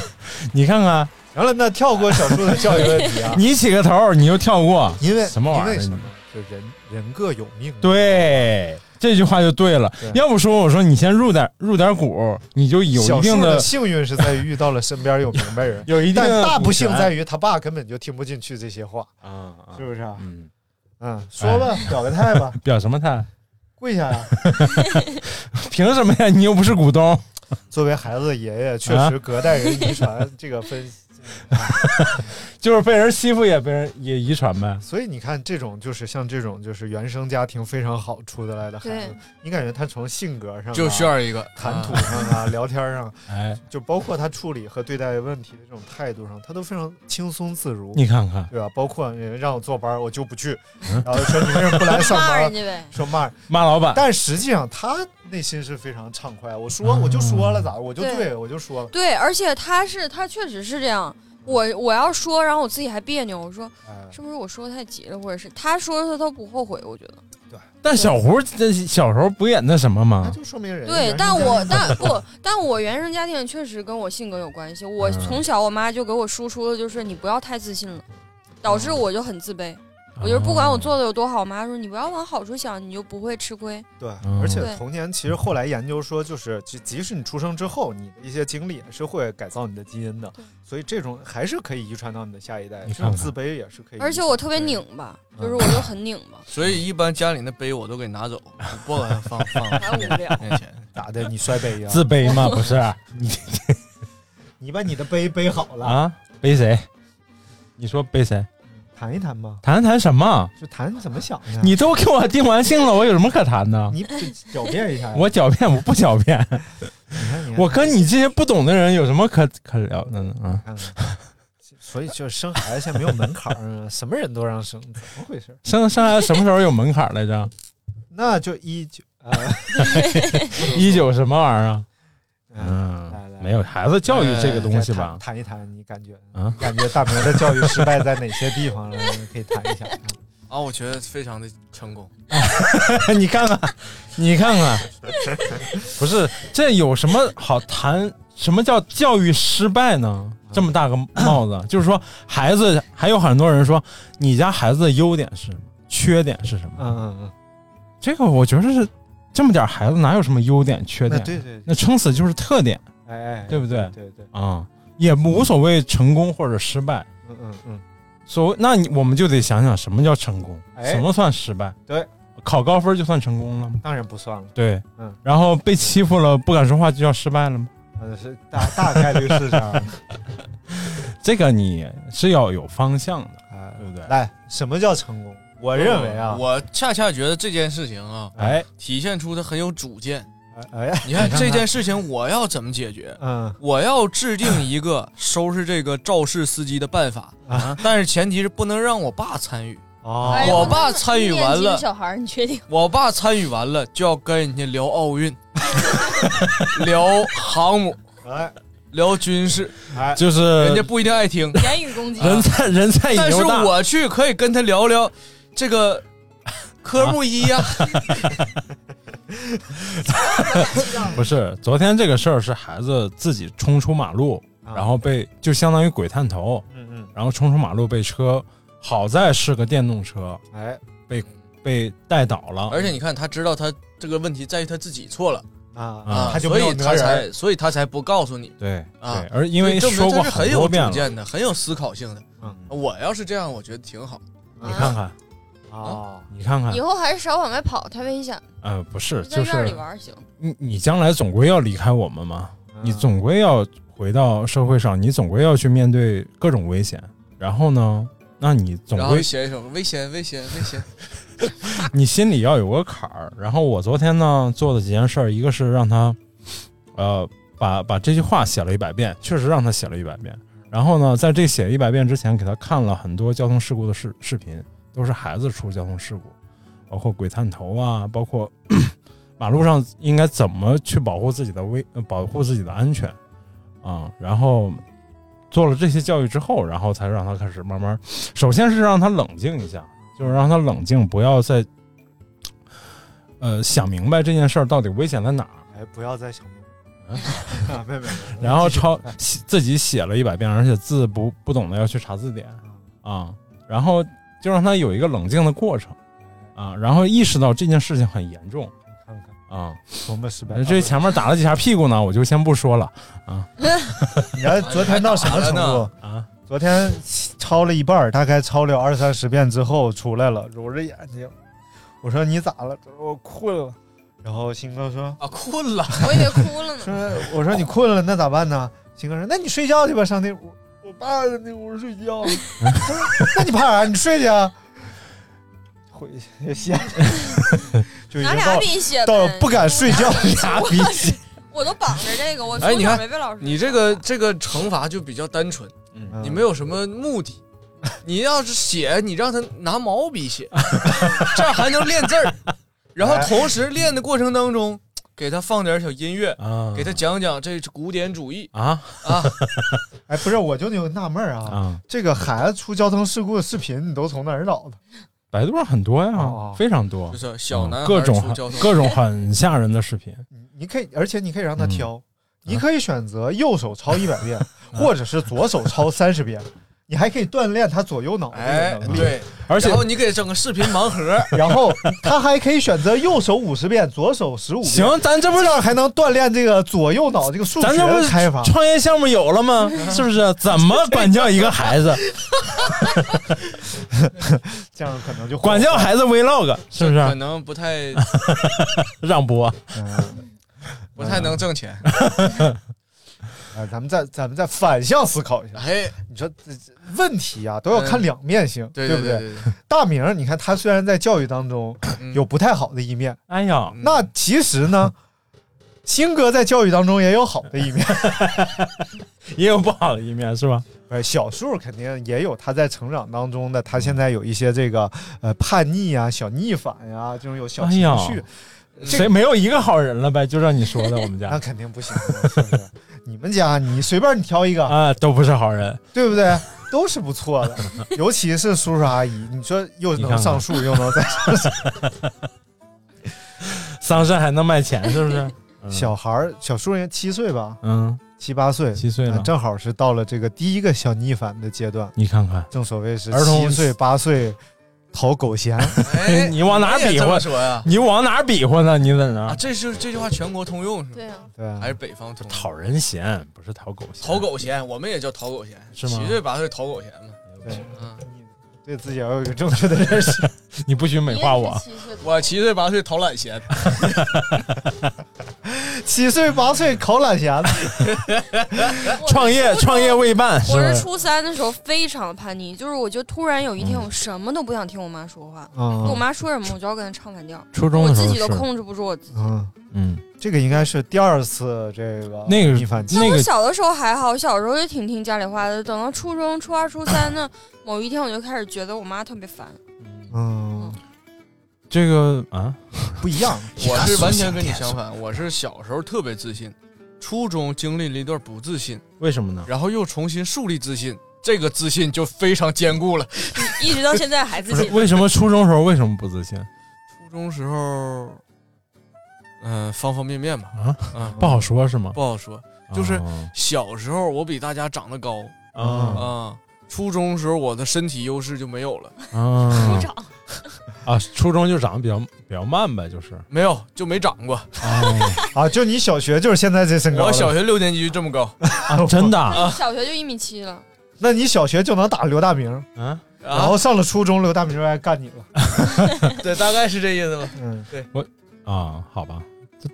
Speaker 2: 你看看，，
Speaker 1: 然后那跳过小树的教育问题啊
Speaker 2: 你起个头你就跳过，
Speaker 1: 因为
Speaker 2: 什么玩意
Speaker 1: 因为什
Speaker 2: 儿
Speaker 1: 么？？就人人各有命。啊
Speaker 2: 对，这句话就对了。要不说我说你先入点入点股，你就有
Speaker 1: 小
Speaker 2: 一定
Speaker 1: 树
Speaker 2: 的
Speaker 1: 的幸运是在于遇到了身边有明白人，
Speaker 2: 有 一定的
Speaker 1: 但大不幸
Speaker 2: 股权
Speaker 1: 在于他爸根本就听不进去这些话，
Speaker 2: 啊，
Speaker 1: 是不是啊？
Speaker 2: 嗯
Speaker 1: 嗯，说吧，表个态 吧，
Speaker 2: 表什么态？
Speaker 1: 跪下 呀！
Speaker 2: 凭什么呀？你又不是股东。
Speaker 1: 作为孩子的爷爷，
Speaker 2: 啊
Speaker 1: 确实隔代人遗传这个分析。
Speaker 2: 就是被人欺负也被人也遗传呗。
Speaker 1: 所以你看，这种就是像这种就是原生家庭非常好出得来的孩子
Speaker 4: 对，
Speaker 1: 你感觉他从性格上啊
Speaker 3: 就需要一个
Speaker 1: 谈吐上啊、聊天上，
Speaker 2: 哎，
Speaker 1: 就包括他处理和对待问题的这种态度上，他都非常轻松自如。
Speaker 2: 你看看，
Speaker 1: 对吧？包括人让我坐班儿，我就不去，
Speaker 2: 嗯
Speaker 1: 然后说你为什么不来上
Speaker 4: 骂
Speaker 1: 班
Speaker 4: 人？家呗。
Speaker 1: 说骂，
Speaker 2: 骂老板，
Speaker 1: 但实际上他内心是非常畅快。我说
Speaker 2: 嗯
Speaker 1: 我就说了咋，我就
Speaker 4: 对
Speaker 1: 对我就说了，
Speaker 4: 对，而且他是他确实是这样。我我要说，然后我自己还别扭，我说
Speaker 1: 哎
Speaker 4: 是不是我说的太急了，或者是他说他都不后悔，我觉得
Speaker 2: 但小胡这小时候不也那什么
Speaker 1: 那
Speaker 2: 吗？
Speaker 1: 就说明人
Speaker 4: 对
Speaker 1: 原。
Speaker 4: 但
Speaker 1: 生家
Speaker 4: 我
Speaker 1: 庭
Speaker 4: 但不，但我原生家庭确实跟我性格有关系。我
Speaker 2: 嗯
Speaker 4: 从小我妈就给我输出的就是你不要太自信了，导致
Speaker 1: 嗯
Speaker 4: 我就很自卑。我就是不管
Speaker 2: 哦
Speaker 4: 我做的有多好，我妈说你不要往好处想，你就不会吃亏。
Speaker 1: 对，
Speaker 2: 嗯
Speaker 1: 而且
Speaker 4: 对
Speaker 1: 童年其实后来研究说，就是即即使你出生之后，你的一些经历也是会改造你的基因的，所以这种还是可以遗传到你的下一代，
Speaker 2: 你
Speaker 1: 这种
Speaker 2: 看看
Speaker 1: 自卑也是可以遗传。
Speaker 4: 而且我特别拧巴，就是我就很拧巴，
Speaker 3: 所以一般家里那杯我都给拿 走，我不敢放 放
Speaker 4: 还无聊。
Speaker 3: 面前。
Speaker 1: 咋的？你摔杯呀、
Speaker 2: 自卑 吗？不是啊 你啊
Speaker 1: 你把你的杯背好了，
Speaker 2: 啊，背谁？你说背谁？
Speaker 1: 谈一谈吗？
Speaker 2: 谈谈什么？
Speaker 1: 就谈怎么想的？
Speaker 2: 你都给我定完性了，我有什么可谈的？
Speaker 1: 你狡辩一下呀
Speaker 2: 我狡辩，我不狡辩。我跟你这些不懂的人有什么可可聊的呢？啊，
Speaker 1: 所以就是生孩子现在没有门槛儿，什么人都让生，怎么回事？
Speaker 2: 生生孩子什么时候有门槛来着？，
Speaker 1: 那就一九 啊
Speaker 2: 一九什么玩意儿啊？嗯，没有孩子教育这个东西吧
Speaker 1: 呃？谈谈一谈，你感觉
Speaker 2: 啊
Speaker 1: 感觉大明的教育失败在哪些 地方了？你可以谈一下。
Speaker 3: 啊，我觉得非常的成功。
Speaker 2: 哎你看 看，你看看，不是这有什么好谈？什么叫教育失败呢？这么大个帽子，就是说孩子还有很多人说，你家孩子的优点是什么，缺点是什么？
Speaker 1: 嗯嗯嗯，
Speaker 2: 这个我觉得是这么点孩子哪有什么优点缺点？
Speaker 1: 那对对对
Speaker 2: 那撑死就是特点，
Speaker 1: 哎哎，
Speaker 2: 对不对？
Speaker 1: 对对，
Speaker 2: 啊、也无所谓成功或者失败。
Speaker 1: 嗯嗯嗯，
Speaker 2: 所谓那你我们就得想想什么叫成功，
Speaker 1: 哎
Speaker 2: 什么算失败？
Speaker 1: 对，
Speaker 2: 考高分就算成功了吗？
Speaker 1: 当然不算了。
Speaker 2: 对，
Speaker 1: 嗯，
Speaker 2: 然后被欺负了不敢说话就叫失败了吗？
Speaker 1: 呃是大大概率是这 样的。
Speaker 2: 这个你是要有方向的，对
Speaker 3: 嗯
Speaker 2: 不对？
Speaker 1: 呃来，什么叫成功？我认为啊，
Speaker 3: 我恰恰觉得这件事情啊，
Speaker 2: 哎，
Speaker 3: 体现出他很有主见。
Speaker 1: 哎，
Speaker 3: 你看这件事情，我要怎么解决？
Speaker 1: 嗯，
Speaker 3: 我要制定一个收拾这个肇事司机的办法啊，但是前提是不能让我爸参与。
Speaker 1: 哦
Speaker 4: 哎呀
Speaker 3: 我爸参与
Speaker 4: 一年
Speaker 3: 完
Speaker 4: 级的
Speaker 3: 了，
Speaker 4: 小孩儿，你确定？
Speaker 3: 我爸参与完了就要跟人家聊奥 运，聊航母，
Speaker 1: 哎，
Speaker 3: 聊军事，
Speaker 1: 哎
Speaker 2: 就是
Speaker 3: 人家不一定 爱听，
Speaker 4: 言语攻击，
Speaker 2: 人菜 人菜
Speaker 3: 但
Speaker 2: 引
Speaker 3: 是
Speaker 2: 流嗯大，
Speaker 3: 我去可以跟他聊聊这个
Speaker 2: 啊
Speaker 3: 科目一啊呀、
Speaker 2: 不是昨天这个事儿是孩子自己冲出马路，
Speaker 3: 啊
Speaker 2: 然后被就相当于鬼探头，
Speaker 1: 啊嗯嗯，
Speaker 2: 然后冲出马路被车，好在是个电动车，
Speaker 1: 哎，
Speaker 2: 被被带倒了，
Speaker 3: 而且你看，他知道他这个问题在于他自己错了
Speaker 1: 啊
Speaker 2: 他就
Speaker 3: 所
Speaker 2: 没有
Speaker 3: 以
Speaker 2: 责
Speaker 3: 他
Speaker 2: 任
Speaker 3: 才所以他才不告诉你
Speaker 2: 对
Speaker 3: 啊
Speaker 2: 对，而因为
Speaker 3: 所以证明
Speaker 2: 说过
Speaker 3: 他是很
Speaker 2: 好
Speaker 3: 有
Speaker 2: 多遍
Speaker 3: 主
Speaker 2: 了
Speaker 3: 见的，很有思考性的。
Speaker 1: 嗯
Speaker 3: 我要是这样，我觉得挺好。
Speaker 2: 哦
Speaker 1: 啊
Speaker 2: 你看啊看，
Speaker 1: 哦，
Speaker 2: 你看看
Speaker 4: 以，后还是少往外跑，太危险。
Speaker 2: 呃，不是，
Speaker 4: 在
Speaker 2: 就
Speaker 4: 院里
Speaker 2: 是
Speaker 4: 玩儿行。
Speaker 2: 你你将来总归要离开我们嘛，
Speaker 1: 嗯
Speaker 2: 你
Speaker 3: 嗯
Speaker 2: 总归要回到社会上，你总归要去面对各种危险，然后呢，那你总
Speaker 3: 然后
Speaker 2: 归
Speaker 3: 写一首危险，危险，危险。
Speaker 2: 你心里要有个坎儿。然后我昨天呢做的几件事儿，一个是让他，呃，把把这句话写了一百遍，确实让他写了一百遍。然后呢，在这写一百遍之前，给他看了很多交通事故的视视频，都是孩子出交通事故，包括鬼探头啊，包括 马路上应该怎么去保护自己的危，呃保护自己的安全啊。然后做了这些教育之后，然后才让他开始慢慢，首先是让他冷静一下，就是让他冷静，不要再呃想明白这件事儿到底危险在哪儿。
Speaker 1: 哎，不要再想明白 啊，没有没有。没有
Speaker 2: 嗯然后抄写自己写了一百遍，而且字不不懂的要去查字典啊，然后就让他有一个冷静的过程啊，然后意识到这件事情很严重
Speaker 1: 看看
Speaker 2: 啊。
Speaker 1: 多么失败！
Speaker 2: 这前面打了几下屁股呢，我就先不说了啊。
Speaker 1: 你看昨天到什么程度
Speaker 2: 啊？
Speaker 1: 昨天抄了一半儿，大概抄了二三十遍之后出来了，揉着眼睛，我说你咋了？他说我困了。然后鑫哥说
Speaker 3: 啊，困了，
Speaker 4: 我以为哭了呢。
Speaker 1: 说我说你困了，那咋办呢？鑫哥说那你睡觉去吧，上那屋。我爸在那屋睡觉 了。他说那你怕啥？你睡去啊。回去歇， 就已
Speaker 4: 拿
Speaker 1: 经
Speaker 4: 俩
Speaker 3: 啊
Speaker 1: 到
Speaker 4: 笔写呗
Speaker 1: 到了不敢睡 觉
Speaker 4: 拿
Speaker 1: 拿笔写。
Speaker 4: 我都绑着这个，我
Speaker 3: 哎，
Speaker 4: 从
Speaker 3: 你
Speaker 4: 小
Speaker 3: 看
Speaker 4: 没被老师。
Speaker 3: 你这个这个惩罚就比较单纯，
Speaker 1: 嗯
Speaker 3: 你没有什么目的。你要是写，你让他拿毛笔写，这样还能练字儿。然后同时练的过程当中，给他放点小音乐，
Speaker 2: 啊
Speaker 3: 给他讲讲这是古典主义
Speaker 2: 啊
Speaker 3: 啊。
Speaker 1: 哎，不是，我就有纳闷儿啊，
Speaker 2: 啊
Speaker 1: 这个孩子出交通事故的视频，你都从哪儿找的？
Speaker 2: 百度上很多呀，
Speaker 1: 哦
Speaker 2: 非常多，
Speaker 3: 就是小男
Speaker 2: 嗯
Speaker 3: 孩
Speaker 2: 各种
Speaker 3: 出嗯
Speaker 2: 很
Speaker 3: 交通
Speaker 2: 各种很吓人的视频。
Speaker 1: 你可以，而且你可以让他挑，你可以选择右手抄一百遍，或者是左手抄三十遍，你还可以锻炼他左右脑
Speaker 3: 哎
Speaker 1: 的能力。
Speaker 3: 对
Speaker 2: 而且
Speaker 3: 然后你给整个视频盲盒，
Speaker 1: 然后他还可以选择右手五十遍，左手十五遍。
Speaker 2: 行咱这不
Speaker 1: 这样还能锻炼这个左右脑这个数学
Speaker 2: 咱这不
Speaker 1: 的
Speaker 2: 是
Speaker 1: 开发。
Speaker 2: 创业项目有了吗？是不是？怎么管教一个孩子？
Speaker 1: 这样可能就
Speaker 2: 管教孩子 vlog 是啊不是？
Speaker 3: 可能不太
Speaker 2: 让播。
Speaker 1: 嗯
Speaker 3: 不太能挣钱。
Speaker 1: 哎，咱们再咱们再反向思考一下。
Speaker 3: 哎，
Speaker 1: 你说这这问题啊，都要看两面性，
Speaker 2: 嗯
Speaker 3: 对
Speaker 1: 不
Speaker 3: 对对对
Speaker 1: 大明儿，你看他虽然在教育当中
Speaker 2: 嗯
Speaker 1: 有不太好的一面，
Speaker 2: 哎呀，
Speaker 1: 那其 实呢，新哥在教育当中也有好的一面，
Speaker 2: 也有不好的一面，是吧？
Speaker 1: 呃，小树肯定也有他在成长当中的，他现在有一些这个呃叛逆啊、小逆反呀、这种有小
Speaker 2: 哎
Speaker 1: 情
Speaker 2: 呀
Speaker 1: 绪。这
Speaker 2: 谁没有一个好人了呗？就让你说的，我们家
Speaker 1: 那肯定不行，是不是你们家你随便你挑一个
Speaker 2: 啊，都不是好人。
Speaker 1: 对不对？ 都是不错的，尤其是叔叔阿姨，你说又
Speaker 2: 你看
Speaker 1: 能
Speaker 2: 看
Speaker 1: 上树，又能再上树。
Speaker 2: 丧事还能卖钱，是不是？
Speaker 1: 小孩儿，小叔人七岁吧，
Speaker 2: 嗯，
Speaker 1: 七八岁，
Speaker 2: 七岁
Speaker 1: 啊
Speaker 2: 了
Speaker 1: 正好是到了这个第一个小逆反的阶段。
Speaker 2: 你看看，
Speaker 1: 正所谓是
Speaker 2: 儿童
Speaker 1: 七岁八岁讨狗嫌，
Speaker 2: 你往哪儿比划？
Speaker 3: 哎
Speaker 2: 嗯
Speaker 3: 你也这么说呀
Speaker 2: 你往哪儿比划呢？你在哪
Speaker 3: 啊，
Speaker 2: 儿？
Speaker 3: 这是这句话全国通用是吗？对
Speaker 4: 啊，
Speaker 1: 对啊
Speaker 3: 还是北方通用
Speaker 2: 讨人嫌，不是讨狗嫌。
Speaker 3: 讨狗嫌，我们也叫讨狗嫌，
Speaker 2: 是吗
Speaker 3: 七岁八岁讨狗 嫌嘛。
Speaker 1: 对，
Speaker 3: 嗯，
Speaker 1: 对自己要有一个正确的 认识。
Speaker 2: 你不许美化我。
Speaker 3: 我七岁八岁讨懒嫌，
Speaker 1: 七岁八岁考懒闲，
Speaker 2: 创业创业未半，
Speaker 4: 我
Speaker 2: 不
Speaker 4: 是
Speaker 2: 是？
Speaker 4: 初三的时候非常叛逆，就是我就突然有一天我什么都不想听我妈说话，
Speaker 1: 嗯
Speaker 4: 我妈说什么我就要跟她唱反调，
Speaker 2: 初中
Speaker 4: 我
Speaker 2: 的时
Speaker 4: 自
Speaker 2: 候
Speaker 4: 己都
Speaker 2: 是
Speaker 4: 控制不住我自己。
Speaker 1: 嗯
Speaker 2: 嗯，
Speaker 1: 这个应该是第二次这个
Speaker 2: 那个
Speaker 1: 逆反期。
Speaker 4: 那我小的时候还好，我小时候也挺听家里话的。等到初中、初二、初三的某一天，我就开始觉得我妈特别烦。
Speaker 1: 嗯，
Speaker 2: 这个啊，
Speaker 1: 不一样。
Speaker 3: 我 是完全跟你相反，我是小时候特别自信，初中经历了一段不自信，
Speaker 2: 为什么呢？
Speaker 3: 然后又重新树立自信，这个自信就非常坚固了。
Speaker 4: 一直到现在还自
Speaker 2: 不是
Speaker 4: 己。
Speaker 2: 为什么初中时候为什么不自信？
Speaker 3: 初中时候，嗯、方方面面吧，
Speaker 2: 啊
Speaker 3: 嗯，
Speaker 2: 不好说是吗
Speaker 3: 不好说，就是
Speaker 2: 哦
Speaker 3: 小时候我比大家长得高
Speaker 2: 啊
Speaker 4: 呃
Speaker 3: 啊初中时候我的身体优势就没有了，
Speaker 2: 啊，啊，初中就长得比较比较慢呗，就是
Speaker 3: 没有就没长过。
Speaker 4: 哎
Speaker 1: 啊，就你小学就是现在这身高了。
Speaker 3: 我小学六年级就这么高，
Speaker 2: 啊，真的
Speaker 4: 那你
Speaker 2: 啊，
Speaker 4: 小学就一米七了，
Speaker 1: 那你小学就能打刘大明，
Speaker 2: 嗯，
Speaker 3: 啊
Speaker 1: 然后上了初中，刘大明就爱干你了。
Speaker 3: 对，大概是这意思吧。
Speaker 1: 嗯，
Speaker 3: 对，
Speaker 2: 我啊，好吧，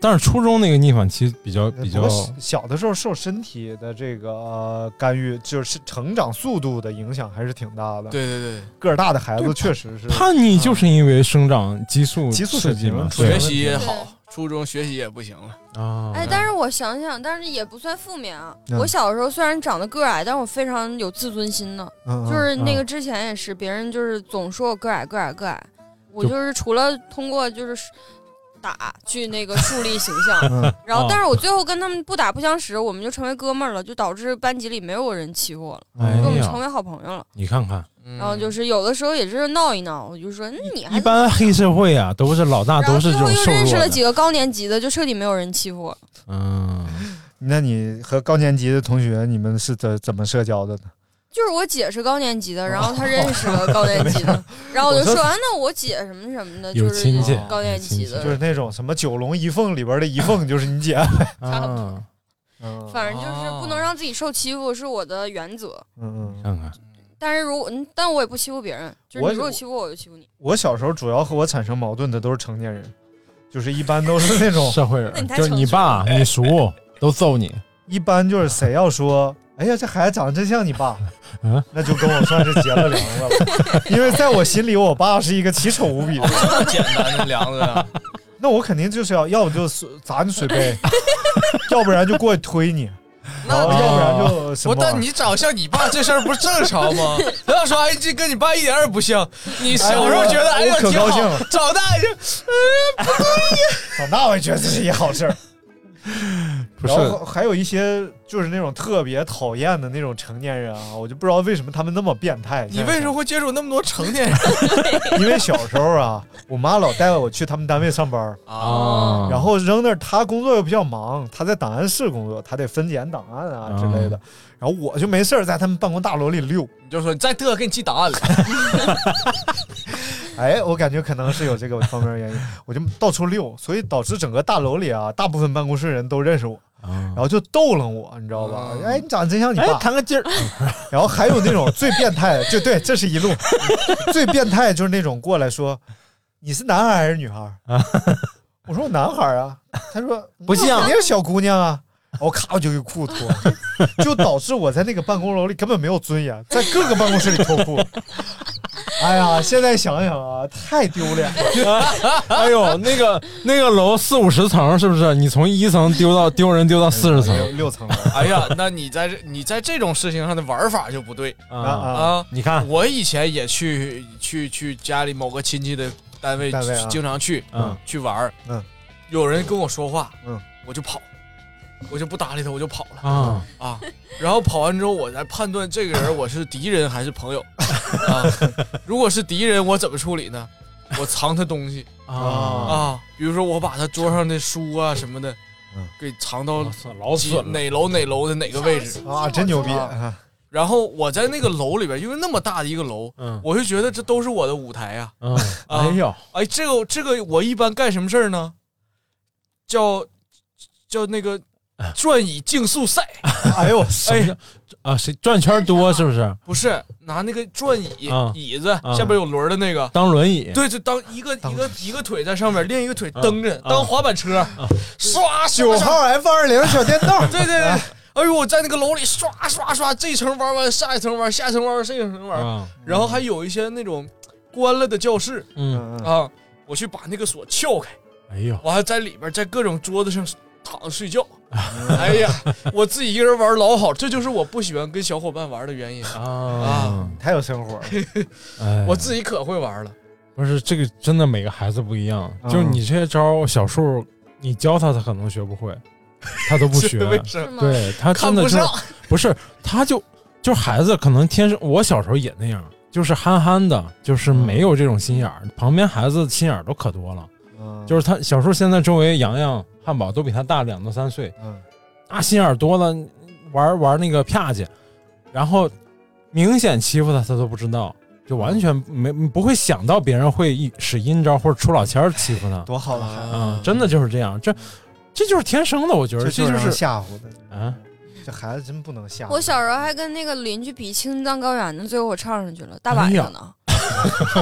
Speaker 2: 但是初中那个逆反期比较比较
Speaker 1: 哎不过，小的时候受身体的这个、呃干预，就是成长速度的影响还是挺大的。
Speaker 3: 对对对，
Speaker 1: 个儿大的孩子确实是
Speaker 2: 叛逆就是因为生长激素
Speaker 1: 啊激素
Speaker 2: 刺
Speaker 1: 水
Speaker 2: 激
Speaker 1: 平
Speaker 2: 嘛，
Speaker 1: 出
Speaker 3: 学
Speaker 2: 对
Speaker 3: 习也好，初中学习也不行了。
Speaker 2: 啊，
Speaker 4: 哎，但是我想想，但是也不算负面啊。
Speaker 2: 嗯
Speaker 4: 我小时候虽然长得个儿矮，但是我非常有自尊心的，
Speaker 2: 嗯嗯
Speaker 4: 就是那个之前也是，别人就是总说我个儿矮，个儿矮，个儿矮。我
Speaker 2: 就
Speaker 4: 就是除了通过就是打去那个树立形
Speaker 2: 嗯
Speaker 4: 象，然后
Speaker 2: 哦
Speaker 4: 但是我最后跟他们不打不相识，我们就成为哥们儿了，就导致班级里没有人欺负我了，
Speaker 2: 哎
Speaker 4: 就我们
Speaker 2: 呀
Speaker 4: 成为好朋友了。
Speaker 2: 你看看，
Speaker 4: 然
Speaker 3: 嗯
Speaker 4: 后就是有的时候也是闹一闹，我就说嗯你还
Speaker 2: 一般黑社会啊都是老大都是这种
Speaker 4: 又
Speaker 2: 瘦
Speaker 4: 认识
Speaker 2: 弱
Speaker 4: 了
Speaker 2: 的，
Speaker 4: 几个高年级的，就彻底没有人欺负我了。
Speaker 2: 嗯，
Speaker 1: 那你和高年级的同学，你们是怎怎么社交的呢？
Speaker 4: 就是我姐是高年级的，然后
Speaker 2: 哦
Speaker 4: 她认识了高年级 的，然后我就
Speaker 1: 我
Speaker 4: 说
Speaker 1: 说
Speaker 4: 啊，那我姐什么什么的，
Speaker 1: 有
Speaker 4: 就是
Speaker 1: 亲戚
Speaker 4: 高年级的，
Speaker 1: 就是那种什么九龙一凤里边的一凤，就是你姐。
Speaker 2: 啊，
Speaker 1: 嗯
Speaker 4: 反正就是不
Speaker 3: 哦
Speaker 4: 能让自己受欺负是我的原则。
Speaker 1: 嗯
Speaker 2: 嗯，
Speaker 4: 但是如果嗯但我也不欺负别人，就是
Speaker 1: 我
Speaker 4: 你如果欺负我，我就欺负你。
Speaker 1: 我小时候主要和我产生矛盾的都是成年人，就是一般都是那种
Speaker 2: 社会
Speaker 4: 那你
Speaker 2: 人，
Speaker 4: 太
Speaker 2: 就是你爸、你叔 都揍你，
Speaker 1: 一般就是谁要说，哎呀，这孩子长得真像你爸，
Speaker 2: 嗯
Speaker 1: 那就跟我算是结了梁子 了。因为在我心里，我爸是一个奇丑无比的。
Speaker 3: 这么嗯 简单的梁子啊！
Speaker 1: 那我肯定就是要，要不就是砸你 水杯，要不然就过去推你，然后要不然就什么
Speaker 3: 不，
Speaker 1: 玩意儿。
Speaker 3: 但你长像你爸这事儿不是正常吗？不要说哎，这跟你爸一点儿也不像。你小时候觉得
Speaker 1: 哎
Speaker 3: 哎
Speaker 1: 我
Speaker 3: 呀
Speaker 1: 我可
Speaker 3: 挺
Speaker 1: 高兴
Speaker 3: 好
Speaker 1: 了，
Speaker 3: 长大就呃不对
Speaker 1: 长大我也觉得这是一好事儿。
Speaker 2: 不是
Speaker 1: 然后还有一些就是那种特别讨厌的那种成年人啊，我就不知道为什么他们那么变态。
Speaker 3: 你为什么会接触那么多成年人？
Speaker 1: 因为小时候啊，我妈老带我去他们单位上班儿
Speaker 3: 哦
Speaker 1: 然后扔那儿，她工作又比较忙，她在档案室工作，她得分拣档案啊之类的。然后我就没事儿在他们办公大楼里溜。
Speaker 3: 你就说你再嘚，给你记答 案了。
Speaker 1: 哎，我感觉可能是有这个方面原因，我就到处溜，所以导致整个大楼里啊，大部分办公室人都认识我，然后就逗楞我，你知道吧？哎，你长得真像你爸，
Speaker 2: 弹个筋儿。
Speaker 1: 然后还有那种最变态的，就对，这是一 路最变态就是那种过来说，你是男孩还是女孩？我说我男孩啊，他说
Speaker 2: 不像
Speaker 1: 那肯定是小姑娘啊。我咔我就给裤脱了，就导致我在那个办公楼里根本没有尊严，在各个办公室里脱裤。哎呀，现在想想啊，太丢脸了。
Speaker 2: 哎呦，那个那个楼四五十层是不是？你从一层丢到丢人丢到四十层，
Speaker 1: 六层。
Speaker 3: 哎呀，那你在这你在这种事情上的玩法就不对
Speaker 2: 啊啊！你看，
Speaker 3: 我以前也去去去家里某个亲戚的单位，
Speaker 1: 单位啊
Speaker 3: 经常去，
Speaker 1: 嗯
Speaker 3: 去玩儿
Speaker 1: 嗯，
Speaker 3: 有人跟我说话，
Speaker 1: 嗯，
Speaker 3: 我就跑，我就不搭理他，我就跑了
Speaker 2: 啊
Speaker 3: 啊！然后跑完之后，我来判断这个人我是敌人还是朋友啊。如果是敌人，我怎么处理呢？我藏他东西
Speaker 2: 啊
Speaker 1: 嗯
Speaker 3: 啊，比如说我把他桌上的书啊什么的，
Speaker 1: 嗯
Speaker 3: 给藏到
Speaker 2: 老
Speaker 3: 几
Speaker 2: 损了
Speaker 3: 哪楼哪楼的哪个位置
Speaker 1: 啊，真牛逼！
Speaker 3: 啊然后我在那个楼里边，因为那么大的一个楼，
Speaker 2: 嗯
Speaker 3: 我就觉得这都是我的舞台啊。
Speaker 2: 嗯，
Speaker 3: 啊
Speaker 2: 哎呦，
Speaker 3: 哎，这个这个，我一般干什么事儿呢？叫叫那个转椅竞速赛，
Speaker 1: 哎呦，
Speaker 2: 哎啊，谁转圈多是不 是？
Speaker 3: 不是拿那个转椅、
Speaker 2: 啊
Speaker 3: 椅子、
Speaker 2: 啊
Speaker 3: 下边有轮儿的那个。
Speaker 2: 当轮椅？
Speaker 3: 对，就当一个一个一个腿在上面，另一个腿
Speaker 2: 啊
Speaker 3: 蹬着，
Speaker 2: 啊
Speaker 3: 当滑板车，刷
Speaker 1: 九号 F 二零小电啊动，
Speaker 3: 啊 对对对，哎呦，我在那个楼里刷刷刷，这层玩完，下一层玩，下一层玩完，下一层玩，
Speaker 2: 啊
Speaker 3: 然后还有一些那种关了的教室
Speaker 2: 嗯，
Speaker 3: 啊，我去把那个锁撬开，
Speaker 2: 哎呦，
Speaker 3: 我还在里边在各种桌子上躺着睡觉。
Speaker 2: 啊
Speaker 3: 哎呀，我自己一个人玩老好，这就是我不喜欢跟小伙伴玩的原
Speaker 2: 哎
Speaker 3: 因
Speaker 2: 啊，
Speaker 1: 太有生 活了。
Speaker 2: 哎，
Speaker 3: 我自己可会玩了，
Speaker 2: 不是这个，真的每个孩子不一样。
Speaker 3: 嗯
Speaker 2: 就是你这些招儿，小树你教他，他可能学不会，他都不学
Speaker 3: 是 为什么。
Speaker 2: 对他真
Speaker 3: 看
Speaker 2: 的
Speaker 3: 不
Speaker 2: 就
Speaker 3: 上
Speaker 2: 不是，他就就孩子可能天生，我小时候也那样，就是憨憨的，就是
Speaker 3: 嗯
Speaker 2: 没有这种心眼儿。旁边孩子心眼儿都可多了，
Speaker 1: 嗯
Speaker 2: 就是他小时候现在周围洋洋、汉堡都比他大两到三岁，
Speaker 1: 嗯，
Speaker 2: 那心眼儿多了，玩玩那个啪去，然后明显欺负他，他都不知道。就完全没不会想到别人会一使阴招或者出老千儿欺负他，
Speaker 1: 多好啊的孩子，
Speaker 2: 嗯，真的就是这样，这这就是天生的，我觉得
Speaker 1: 这
Speaker 2: 这就
Speaker 1: 让人
Speaker 2: 是
Speaker 1: 吓唬的。
Speaker 2: 啊，
Speaker 1: 这孩子真不能吓唬。
Speaker 4: 我小时候还跟那个邻居比青藏高原呢，最后我唱上去了，大晚上 呢。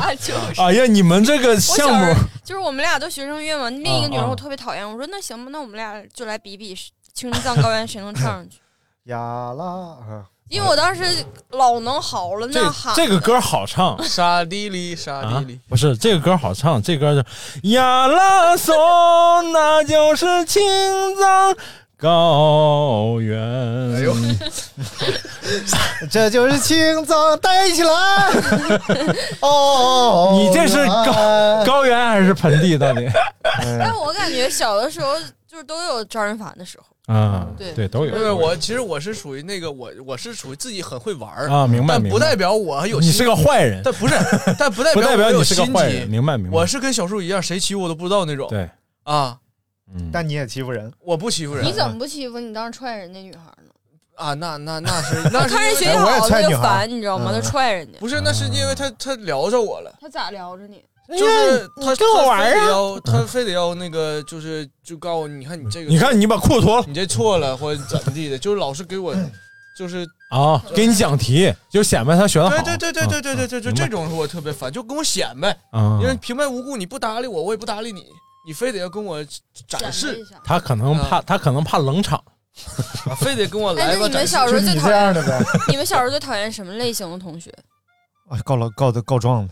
Speaker 4: 啊，就是。
Speaker 2: 哎呀，你们这个
Speaker 4: 我
Speaker 2: 项
Speaker 4: 小时
Speaker 2: 目
Speaker 4: 候就是我们俩都学生乐嘛，另一个女
Speaker 2: 啊
Speaker 4: 生
Speaker 2: 啊
Speaker 4: 我特别讨厌，我说那行吧，那我们俩就来比比青藏高原谁能唱上去，
Speaker 1: 呀啦啊！
Speaker 4: 因为我当时老能嚎了，那
Speaker 2: 这
Speaker 4: 喊
Speaker 2: 这个歌好唱
Speaker 3: 沙地里，沙
Speaker 2: 啊
Speaker 3: 地里，，
Speaker 2: 不是这个歌好唱，这歌就呀啦嗦，那就是青藏高原。哎呦，
Speaker 1: 这就是青藏带 起来。哦，
Speaker 2: 你这是高高原还是盆地？到底？
Speaker 1: 哎
Speaker 4: 但我感觉小的时候就是都有招人烦的时候，
Speaker 2: 啊，
Speaker 4: 对
Speaker 2: 对，都有。
Speaker 3: 对，我其实我是属于那个我我是属于自己很会玩儿
Speaker 2: 啊明白
Speaker 3: 但
Speaker 2: 明
Speaker 3: 不
Speaker 2: 白
Speaker 3: 代表我有
Speaker 2: 你
Speaker 3: 心
Speaker 2: 是个坏人
Speaker 3: 但不是，但不代
Speaker 2: 不代表
Speaker 3: 我
Speaker 2: 你
Speaker 3: 有
Speaker 2: 是个
Speaker 3: 心
Speaker 2: 坏
Speaker 3: 机
Speaker 2: 人明白明白
Speaker 3: 我是跟小树一样，谁欺负我都不知道那种。
Speaker 2: 对
Speaker 3: 啊，
Speaker 1: 但你也欺负人，
Speaker 3: 我不欺负人。
Speaker 4: 你怎么不欺负你当时踹人家女孩呢？
Speaker 3: 啊？那那那是那是
Speaker 4: 啊看人
Speaker 3: 因
Speaker 4: 学
Speaker 3: 为
Speaker 4: 习
Speaker 1: 哎我也
Speaker 4: 好，
Speaker 1: 踹
Speaker 4: 他
Speaker 1: 女
Speaker 4: 就
Speaker 1: 孩
Speaker 4: 烦，你知道吗？
Speaker 1: 嗯
Speaker 4: 他踹人家，
Speaker 3: 不是，那是因为他他撩着我了，
Speaker 4: 他咋聊着你？
Speaker 3: 就是他
Speaker 2: 跟我玩儿啊
Speaker 3: 他非得要他非得要那个，就是就告诉我，你看你这个，
Speaker 2: 嗯你看你把裤脱了
Speaker 3: 你这错了或者怎么地的，就是老是给我，就是
Speaker 2: 啊，给你讲题，就显摆他学的好。嗯
Speaker 3: 对对对对对对对对，就
Speaker 2: 明白
Speaker 3: 这种是我特别烦，就跟我显摆，
Speaker 2: 嗯
Speaker 3: 因为平白无故你不搭理我，我也不搭理你，你非得要跟我展示，
Speaker 2: 他可能怕，他可能怕冷场。
Speaker 3: 啊非得跟我
Speaker 4: 但
Speaker 3: 来
Speaker 4: 是
Speaker 3: 吧
Speaker 4: 你
Speaker 3: 展
Speaker 4: 们
Speaker 3: 示。
Speaker 4: 小时候最讨
Speaker 1: 样
Speaker 4: 厌
Speaker 1: 的呗。
Speaker 4: 你们小时候最讨厌什么类型的同学？
Speaker 1: 哎，告老告的告状了，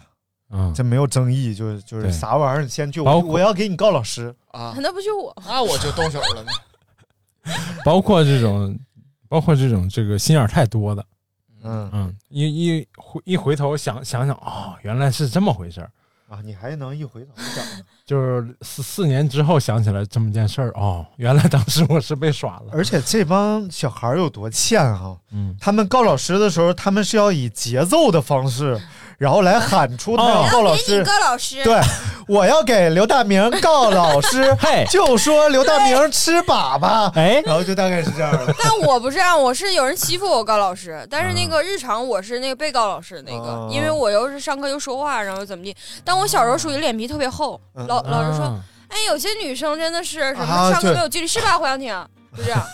Speaker 2: 嗯，
Speaker 1: 这没有争议，就是就是
Speaker 2: 对
Speaker 1: 啥玩意儿，你先去，
Speaker 2: 包
Speaker 1: 我
Speaker 2: 括
Speaker 1: 我要给你告老师，
Speaker 3: 啊，
Speaker 4: 那不就我吗？
Speaker 3: 那我就动手了。
Speaker 2: 包括这种，包括这种这个心眼儿太多的，
Speaker 1: 嗯
Speaker 2: 嗯，一一回一回头想想想，哦，原来是这么回事儿，
Speaker 1: 啊，你还能一回头讲，
Speaker 2: 就是四四年之后想起来这么件事儿，哦，原来当时我是被耍了，
Speaker 1: 而且这帮小孩儿有多欠哈、
Speaker 2: 嗯，
Speaker 1: 他们告老师的时候，他们是要以节奏的方式，然后来喊出他
Speaker 2: 哦
Speaker 1: 要告老
Speaker 4: 给你
Speaker 1: 师。
Speaker 4: 个老师，
Speaker 1: 对，我要给刘大明告老师
Speaker 2: 嘿，
Speaker 1: 就说刘大明吃粑粑，
Speaker 2: 哎
Speaker 1: 然后就大概是这样的。
Speaker 4: 但我不是啊，我是有人欺负我告老师，但是那个日常我是那个被告老师那个
Speaker 1: 嗯哦，
Speaker 4: 因为我又是上课又说话，然后又怎么地。但我小时候
Speaker 1: 哦
Speaker 4: 属于脸皮特别厚，老老师说，
Speaker 2: 啊
Speaker 4: 哎，有些女生真的是什
Speaker 1: 嗯啊
Speaker 4: 么上课
Speaker 1: 对
Speaker 4: 没有纪律，是吧？胡杨婷就这样，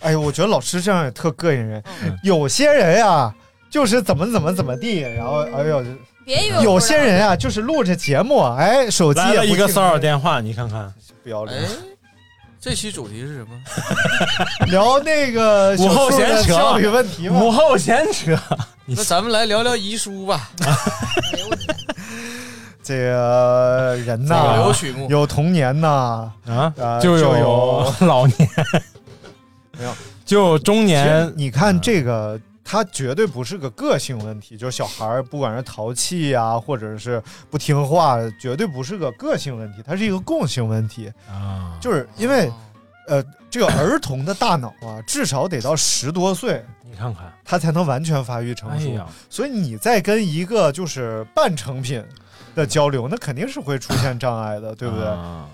Speaker 1: 哎呦，我觉得老师这样也特膈应人。有些人呀、就是怎么怎么怎么地，然后哎呦，
Speaker 4: 别以为我
Speaker 1: 有
Speaker 4: 不知道
Speaker 1: 些人啊，就是录着节目，哎，手机
Speaker 2: 来
Speaker 1: 也
Speaker 2: 了
Speaker 1: 不
Speaker 2: 一个
Speaker 1: 进
Speaker 2: 骚扰电话，你看看，
Speaker 1: 不要
Speaker 3: 哎
Speaker 1: 脸。，
Speaker 3: 这期主题是什么？
Speaker 1: 聊那个
Speaker 3: 午后闲扯
Speaker 1: 教育问题吗？
Speaker 3: 午后闲
Speaker 2: 扯。
Speaker 3: 那咱们来聊聊遗书吧。
Speaker 1: 这个人
Speaker 3: 这
Speaker 1: 呐，
Speaker 3: 个有曲目
Speaker 1: 有童年呐，
Speaker 2: 啊，
Speaker 1: 呃
Speaker 2: 就
Speaker 1: 有
Speaker 2: 有 老年，
Speaker 1: 没有
Speaker 2: 就中
Speaker 1: 其
Speaker 2: 年
Speaker 1: 实。你看这个，他绝对不是个个性问题，就是小孩儿不管是淘气呀、或者是不听话，绝对不是个个性问题，它是一个共性问题
Speaker 2: 啊。
Speaker 1: 就是因为，
Speaker 3: 哦
Speaker 1: 呃，这个儿童的大脑啊，至少得到十多岁，
Speaker 2: 你看看，
Speaker 1: 他才能完全发育成熟。
Speaker 2: 哎呀
Speaker 1: 所以你在跟一个就是半成品的交流，那肯定是会出现障碍的，对不对？
Speaker 2: 啊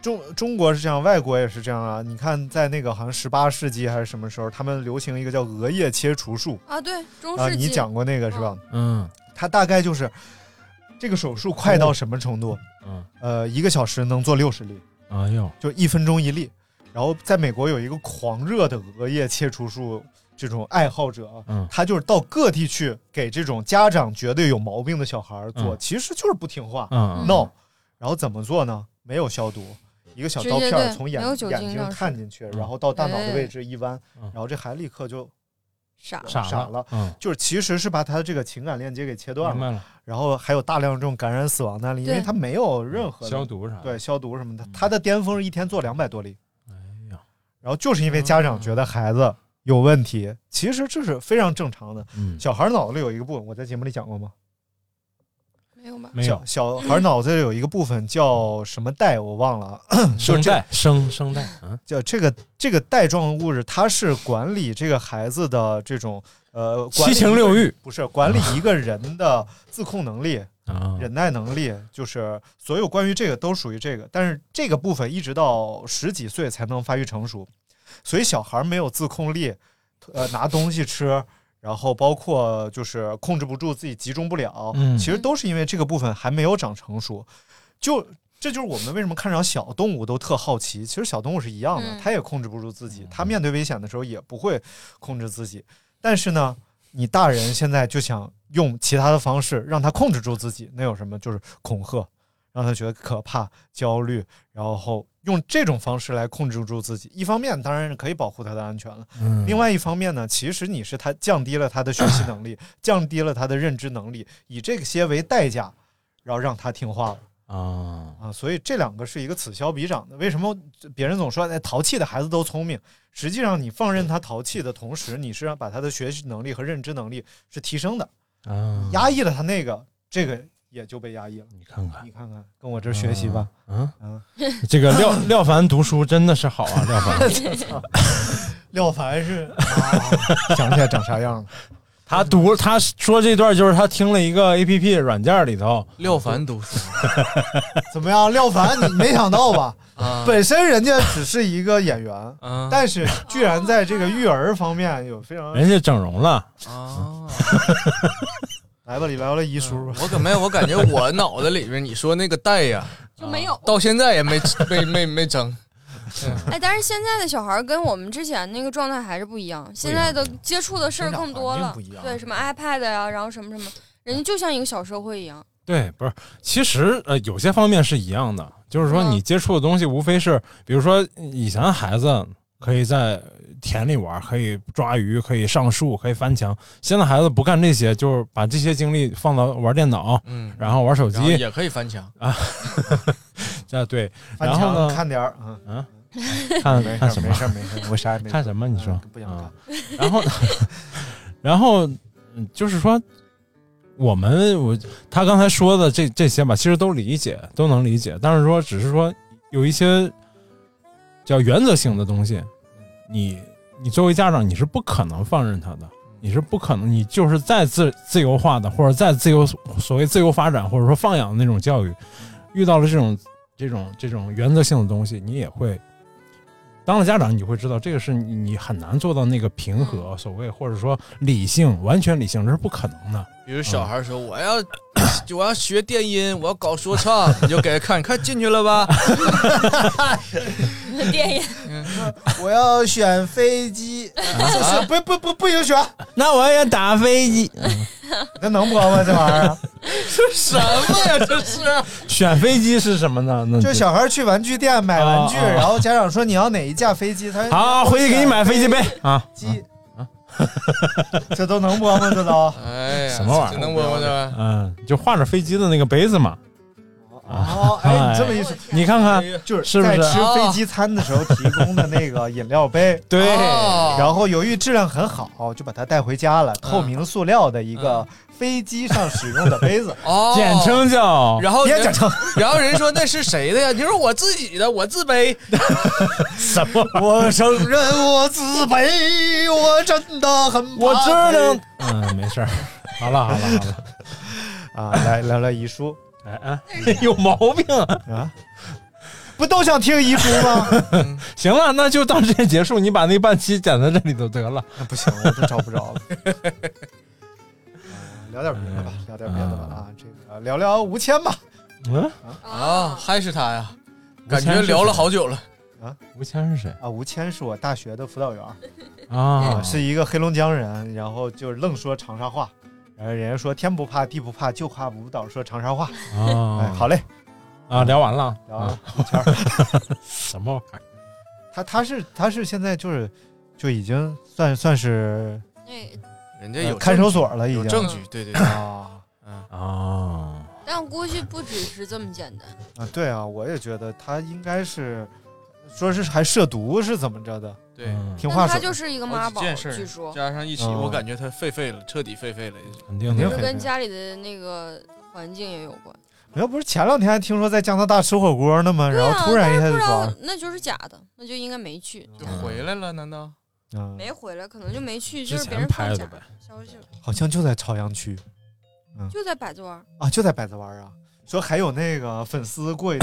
Speaker 1: 中中国是这样，外国也是这样啊。你看，在那个好像十八世纪还是什么时候，他们流行一个叫额叶切除术
Speaker 4: 啊，对，中
Speaker 1: 啊，
Speaker 4: 世纪
Speaker 1: 你讲过那个是吧？
Speaker 2: 嗯，
Speaker 1: 它大概就是这个手术快到什么程度？
Speaker 2: 嗯，
Speaker 1: 呃，一个小时能做六十例，
Speaker 2: 哎呦，
Speaker 1: 就一分钟一例。然后在美国有一个狂热的额叶切除术这种爱好者啊，
Speaker 2: 嗯
Speaker 1: 他就是到各地去给这种家长绝对有毛病的小孩儿做，
Speaker 2: 嗯
Speaker 1: 其实就是不听话，
Speaker 2: 嗯嗯
Speaker 1: 闹。然后怎么做呢？没有消毒，一个小刀片
Speaker 4: 直接
Speaker 1: 儿
Speaker 4: 对
Speaker 1: 从眼
Speaker 4: 没有酒精
Speaker 1: 眼睛
Speaker 4: 倒是
Speaker 1: 探进去，
Speaker 2: 嗯
Speaker 1: 然后到大脑的
Speaker 4: 哎
Speaker 1: 位置一弯，然后这孩子立刻就
Speaker 4: 傻了
Speaker 1: 傻
Speaker 2: 傻了嗯
Speaker 1: 就是其实是把他的这个情感链接给切断
Speaker 2: 明白
Speaker 1: 了。
Speaker 2: 了
Speaker 1: 然后还有大量这种感染死亡的案例，因为
Speaker 2: 对
Speaker 1: 他没有任何的
Speaker 2: 嗯消毒嗯啥的哎
Speaker 1: 对消毒什么的，他的巅峰是一天做两百多例。然后就是因为家长
Speaker 2: 嗯
Speaker 1: 觉得孩子有问题，其实这是非常正常的。
Speaker 2: 嗯
Speaker 1: 小孩脑子里有一个部分，我在节目里讲过吗？
Speaker 4: 没有吧？
Speaker 1: 小小孩脑子里有一个部分叫什么带，我忘了，啊就
Speaker 2: 嗯声
Speaker 1: 这
Speaker 2: 带，声声带，嗯，
Speaker 1: 叫这个这个带状物质，它是管理这个孩子的这种呃管理
Speaker 2: 七情六欲
Speaker 1: 一个不是管理一个人的自控能力、
Speaker 2: 啊
Speaker 1: 忍耐能力，就是所有关于这个都属于这个。但是这个部分一直到十几岁才能发育成熟，所以小孩没有自控力，呃，拿东西吃。然后包括就是控制不住自己，集中不了，
Speaker 2: 嗯
Speaker 1: 其实都是因为这个部分还没有长成熟。就这就是我们为什么看上小动物都特好奇。其实小动物是一样的，
Speaker 2: 嗯
Speaker 1: 它也控制不住自己，它面对危险的时候也不会控制自己。但是呢，你大人现在就想用其他的方式让它控制住自己，那有什么？就是恐吓，让他觉得可怕、焦虑，然后用这种方式来控制住自己。一方面当然是可以保护他的安全了，
Speaker 2: 嗯
Speaker 1: 另外一方面呢，其实你是他降低了他的学习能力， 降低了他的认知能力，以这些为代价，然后让他听话了。
Speaker 2: 啊
Speaker 1: 啊，所以这两个是一个此消彼长的。为什么别人总说哎淘气的孩子都聪明？实际上，你放任他淘气的同时，你是让把他的学习能力和认知能力是提升的。
Speaker 2: 啊，
Speaker 1: 压抑了他那个，这个也就被压抑了。你
Speaker 2: 看看，
Speaker 1: 你看看，跟我这儿学习吧。
Speaker 2: 嗯
Speaker 1: 嗯，
Speaker 2: 这个 廖廖凡读书真的是好啊，廖 凡
Speaker 1: 廖凡是、 啊、想起来长啥样了？
Speaker 2: 他读他说这段就是他听了一个 A P P 软件里头，
Speaker 3: 廖凡读书，
Speaker 1: 怎么样，廖凡，你没想到吧？
Speaker 3: 啊
Speaker 1: 本身人家只是一个演员，
Speaker 3: 啊
Speaker 1: 但是居然在这个育儿方面有非常
Speaker 2: 人家整容了，
Speaker 3: 啊，
Speaker 1: 来吧，你聊聊遗书
Speaker 2: 嗯
Speaker 1: 吧。
Speaker 3: 嗯我可没有，我感觉我脑子里边你说那个带呀，
Speaker 4: 就没有。
Speaker 3: 到现在也没没没 没整。
Speaker 4: 哎，但是现在的小孩儿跟我们之前那个状态还是不一样，现在
Speaker 1: 嗯
Speaker 4: 的接触的事儿更多了
Speaker 2: 不一样，
Speaker 4: 对，什么 iPad 呀、然后什么什么，人家就像一个小社会 一样。
Speaker 2: 对，不是，其实呃，有些方面是一样的，就是说
Speaker 4: 嗯
Speaker 2: 你接触的东西无非是，比如说以前孩子可以在田里玩，可以抓鱼，可以上树，可以翻墙，现在孩子不干这些，就是把这些精力放到玩电脑，
Speaker 3: 嗯
Speaker 2: 然后玩手
Speaker 3: 然后
Speaker 2: 机
Speaker 3: 也可以翻墙
Speaker 1: 嗯
Speaker 2: 啊，这对，
Speaker 1: 翻
Speaker 2: 然后
Speaker 1: 墙
Speaker 2: 呢，
Speaker 1: 看点儿，嗯
Speaker 2: 嗯，看
Speaker 1: 没事
Speaker 2: 看什么
Speaker 1: 没事没事，我啥也没嗯
Speaker 2: 看什么？你说嗯
Speaker 1: 不想看。
Speaker 2: 然后，然后嗯就是说，我们我他刚才说的这这些吧，其实都理解，都能理解，但是说只是说有一些叫原则性的东西，你你作为家长，你是不可能放任他
Speaker 1: 嗯
Speaker 2: 的。你是不可能，你就是再自自由化的，或者再自由所谓自由发展，或者说放养的那种教育，遇到了这种这种这种原则性的东西，你也会当了家长，你会知道这个是你你很难做到那个平
Speaker 3: 嗯
Speaker 2: 和，所谓或者说理性，完全理性，这是不可能的。
Speaker 3: 比如小孩说我要就我要学电音，我要搞 说唱，你就给他看，看进去了吧？
Speaker 4: 电影，
Speaker 1: 我要选飞机，是是 不不不不许选，
Speaker 2: 那我也打飞机，
Speaker 1: 这能播吗？这玩意
Speaker 2: 嗯
Speaker 1: 儿？
Speaker 3: 这什么呀？这是
Speaker 2: 选飞机是什么呢？那
Speaker 1: 就小孩去玩具店买玩具，
Speaker 2: 啊啊
Speaker 1: 然后家长说你要哪一架飞机，他说
Speaker 2: 好，回去给你买飞机杯啊！
Speaker 1: 机， 这都能播吗？ 这都
Speaker 2: 啊
Speaker 3: 哎呀，
Speaker 2: 什么玩意儿？
Speaker 3: 这能播吗？这玩意儿
Speaker 2: 嗯，就画着飞机的那个杯子嘛。
Speaker 1: 哦，哎，你这么一说，
Speaker 2: 你看看，
Speaker 1: 就是
Speaker 2: 是不
Speaker 1: 在
Speaker 2: 是
Speaker 1: 吃飞机餐的时候提供的那个饮料杯，
Speaker 2: 对
Speaker 3: 哦
Speaker 1: 然后由于质量很好，就把它带回家了，透明塑料的一
Speaker 2: 嗯
Speaker 1: 个飞机上使用的杯子，
Speaker 3: 哦，
Speaker 2: 简称叫
Speaker 3: 然后
Speaker 1: 别
Speaker 3: 人
Speaker 1: 简称，
Speaker 3: 然后人说那是谁的呀？你说我自己的，我自卑。
Speaker 2: 什么？
Speaker 1: 我承认我自卑，我真的很怕
Speaker 2: 我知道
Speaker 1: 黑。
Speaker 2: 嗯，没事儿，好了好了好了，
Speaker 1: 啊，来聊聊遗书
Speaker 2: 哎 啊，有毛病啊！
Speaker 1: 啊， 不都想听遗书吗？
Speaker 2: 行了，那就到这里结束，你把那半期剪到这里头得了。
Speaker 1: 那不行，我都找不着 了。啊聊点别的吧，聊点别的吧啊，这个聊聊吴谦吧。
Speaker 2: 嗯，
Speaker 3: 啊，还是他呀？
Speaker 2: 吴
Speaker 3: 感
Speaker 2: 谦
Speaker 3: 觉
Speaker 2: 是
Speaker 3: 聊了
Speaker 2: 谁
Speaker 3: 好久了。
Speaker 2: 吴谦是谁
Speaker 1: 啊，吴谦是我大学的辅导员儿
Speaker 3: 嗯
Speaker 2: 啊？
Speaker 1: 是一个黑龙江人，然后就是愣说长沙话，然后人家说天不怕地不怕，就怕舞蹈说长沙话。哎，
Speaker 2: 啊
Speaker 1: 好嘞，
Speaker 2: 啊，聊完了，
Speaker 1: 聊完了
Speaker 2: 啊
Speaker 1: 吴谦儿，
Speaker 2: 什么玩意儿？
Speaker 1: 他他是他是现在就是就已经算算是
Speaker 4: 那
Speaker 3: 人家有
Speaker 1: 呃看守所了已
Speaker 3: 有
Speaker 1: 经
Speaker 3: 证据，对对对，
Speaker 1: 啊
Speaker 3: 嗯，
Speaker 2: 啊，
Speaker 4: 但估计不只是这么简单。
Speaker 1: 啊，对啊，我也觉得他应该是说是还涉毒是怎么着的，
Speaker 3: 对。
Speaker 2: 嗯
Speaker 1: 听话
Speaker 4: 但
Speaker 1: 说
Speaker 4: 他就是一个妈
Speaker 3: 好
Speaker 4: 宝
Speaker 3: 几，件事儿
Speaker 4: 据说
Speaker 3: 加上一起，
Speaker 1: 嗯
Speaker 3: 我感觉他废废了，彻底废废了。
Speaker 2: 肯定
Speaker 1: 肯
Speaker 2: 的
Speaker 1: 定
Speaker 4: 就
Speaker 1: 对对
Speaker 4: 跟家里的那个环境也有关。
Speaker 1: 你要不是前两天还听说在加拿大吃火锅呢吗？
Speaker 4: 对
Speaker 1: 然
Speaker 4: 啊，
Speaker 1: 后突然一下
Speaker 4: 但是
Speaker 1: 就
Speaker 4: 不知
Speaker 1: 抓
Speaker 4: 道
Speaker 1: 了，
Speaker 4: 那就是假的，那就应该没去，
Speaker 3: 就回来了，难道？
Speaker 1: 嗯，
Speaker 4: 没回来，可能就没去，就
Speaker 2: 之
Speaker 4: 是别
Speaker 2: 前
Speaker 4: 人
Speaker 2: 拍的
Speaker 4: 放假
Speaker 2: 呗。
Speaker 4: 消息了，
Speaker 1: 好像就在朝阳区
Speaker 4: 就在百子湾。
Speaker 1: 啊，就在百子湾啊。说还有那个粉丝过去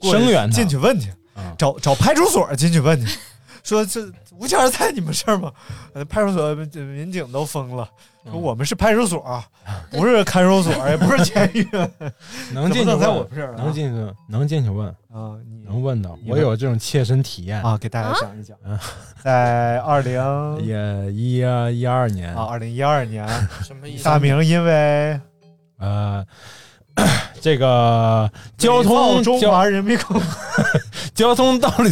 Speaker 1: 过去
Speaker 2: 声援他
Speaker 1: 进去问去，
Speaker 2: 嗯
Speaker 1: 找找派出所进去问 去，说这吴谦儿在你们这儿吗？呃派出所呃民警都疯了，说
Speaker 2: 嗯
Speaker 1: 我们是派出所，啊不是看守所，也不是监狱，
Speaker 2: 嗯能进去
Speaker 1: 怎么能在
Speaker 2: 问
Speaker 1: 我们这儿啊
Speaker 2: 能进去能进去问，
Speaker 1: 啊，你
Speaker 2: 能问到。
Speaker 1: 你
Speaker 2: 我
Speaker 1: 问
Speaker 2: 有这种切身体验，
Speaker 1: 啊，给大家讲一讲
Speaker 2: 啊，
Speaker 1: 在二零啊
Speaker 2: 也 一啊一二年
Speaker 1: 二零一二年，
Speaker 3: 什么意思？
Speaker 1: 大明因为
Speaker 2: 呃，这个 交
Speaker 1: 伪造
Speaker 2: 通
Speaker 1: 中
Speaker 2: 交
Speaker 1: 华人民共和
Speaker 2: 交通道路